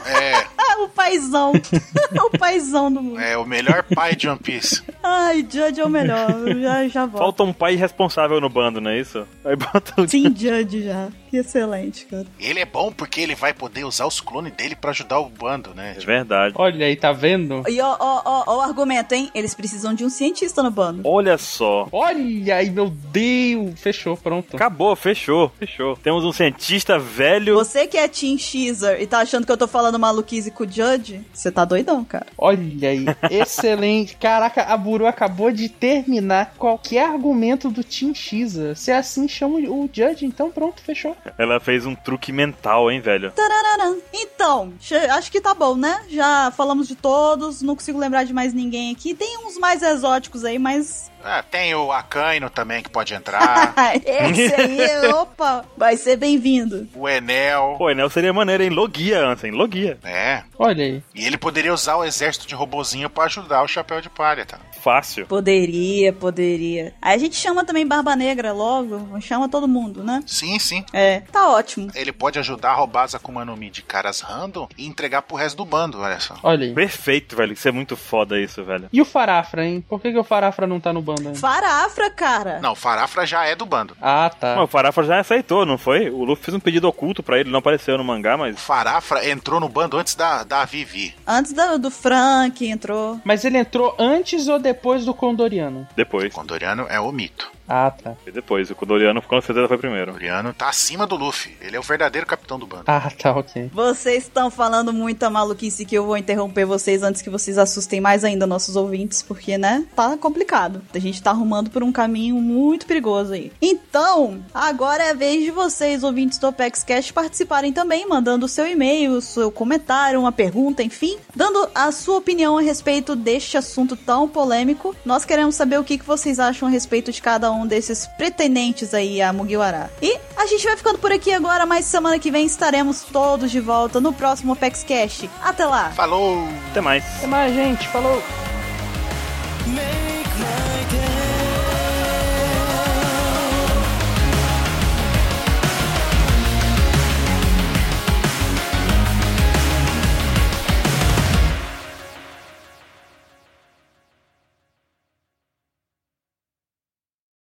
C: É,
A: Ah, o paizão. [laughs] o paizão do mundo.
C: é o melhor pai de One Piece.
A: Ai, Judge é o melhor. Eu Já, já volto.
B: Falta um pai responsável no bando, não é isso? Aí bota o... [laughs]
A: Sim, Judge já. Que excelente, cara.
C: Ele é bom porque ele vai poder usar os clones dele pra ajudar o bando, né?
B: É verdade.
D: Olha aí, tá vendo?
A: E ó, ó, ó, ó o argumento, hein? Eles precisam de um cientista no bando.
B: Olha só.
D: Olha aí, meu Deus. Fechou, pronto.
B: Acabou, fechou, fechou. Temos um cientista velho.
A: Você que é Team Sheezer e tá achando que eu tô falando maluquice com o Judge, você tá doidão, cara.
D: Olha aí, excelente. Caraca, a Buru acabou de terminar qualquer argumento do Team Xisa. Se é assim, chama o Judge, então pronto, fechou.
B: Ela fez um truque mental, hein, velho?
A: Tarararã. Então, che- acho que tá bom, né? Já falamos de todos, não consigo lembrar de mais ninguém aqui. Tem uns mais exóticos aí, mas. [laughs]
C: Ah, tem o Akaino também que pode entrar.
A: Ai, esse aí, opa, vai ser bem-vindo.
C: o Enel.
B: Pô, Enel seria maneiro, hein? Logia, Ansem, logia.
C: É.
D: Olha aí.
C: E ele poderia usar o exército de robozinho pra ajudar o Chapéu de Palha, tá?
B: Fácil.
A: Poderia, poderia. Aí a gente chama também Barba Negra logo, chama todo mundo, né?
C: Sim, sim.
A: É, tá ótimo.
C: Ele pode ajudar a roubar as Akuma no Mi de caras random e entregar pro resto do bando, olha só.
D: Olha aí.
B: Perfeito, velho. Isso é muito foda isso, velho.
D: E o Farafra, hein? Por que, que o Farafra não tá no bando ainda?
A: Farafra, cara.
C: Não, o Farafra já é do bando.
D: Ah,
B: Mas
D: tá.
B: o Farafa já aceitou, não foi? O Luffy fez um pedido oculto pra ele, não apareceu no mangá,
C: O
B: mas.
C: Farafra entrou no bando antes da, da Vivi.
A: Antes do, do Frank entrou.
D: Mas ele entrou antes ou depois do Condoriano?
C: O
B: Depois.
C: Condoriano é o mito.
D: Ah, tá.
B: Foi depois. O Kodoriano com certeza foi
C: O
B: primeiro.
C: Condoriano tá acima do Luffy. Ele é o verdadeiro capitão do bando.
D: Ah, tá, ok.
A: Vocês estão falando muita maluquice que eu vou interromper vocês antes que vocês assustem mais ainda nossos ouvintes, porque, né, tá complicado. A gente tá arrumando por um caminho muito perigoso aí. Então, agora é a vez de vocês, ouvintes do Opex Cash, participarem também, mandando o seu e-mail, o seu comentário, uma pergunta, enfim, dando a sua opinião a respeito deste assunto tão polêmico. Nós queremos saber o que, que vocês acham a respeito de cada um desses pretendentes aí a Mugiwara. E a gente vai ficando por aqui agora, mas semana que vem estaremos todos de volta no próximo Opex Cash. Até lá!
C: Falou!
B: Até mais.
D: Até É mais, gente. Falou.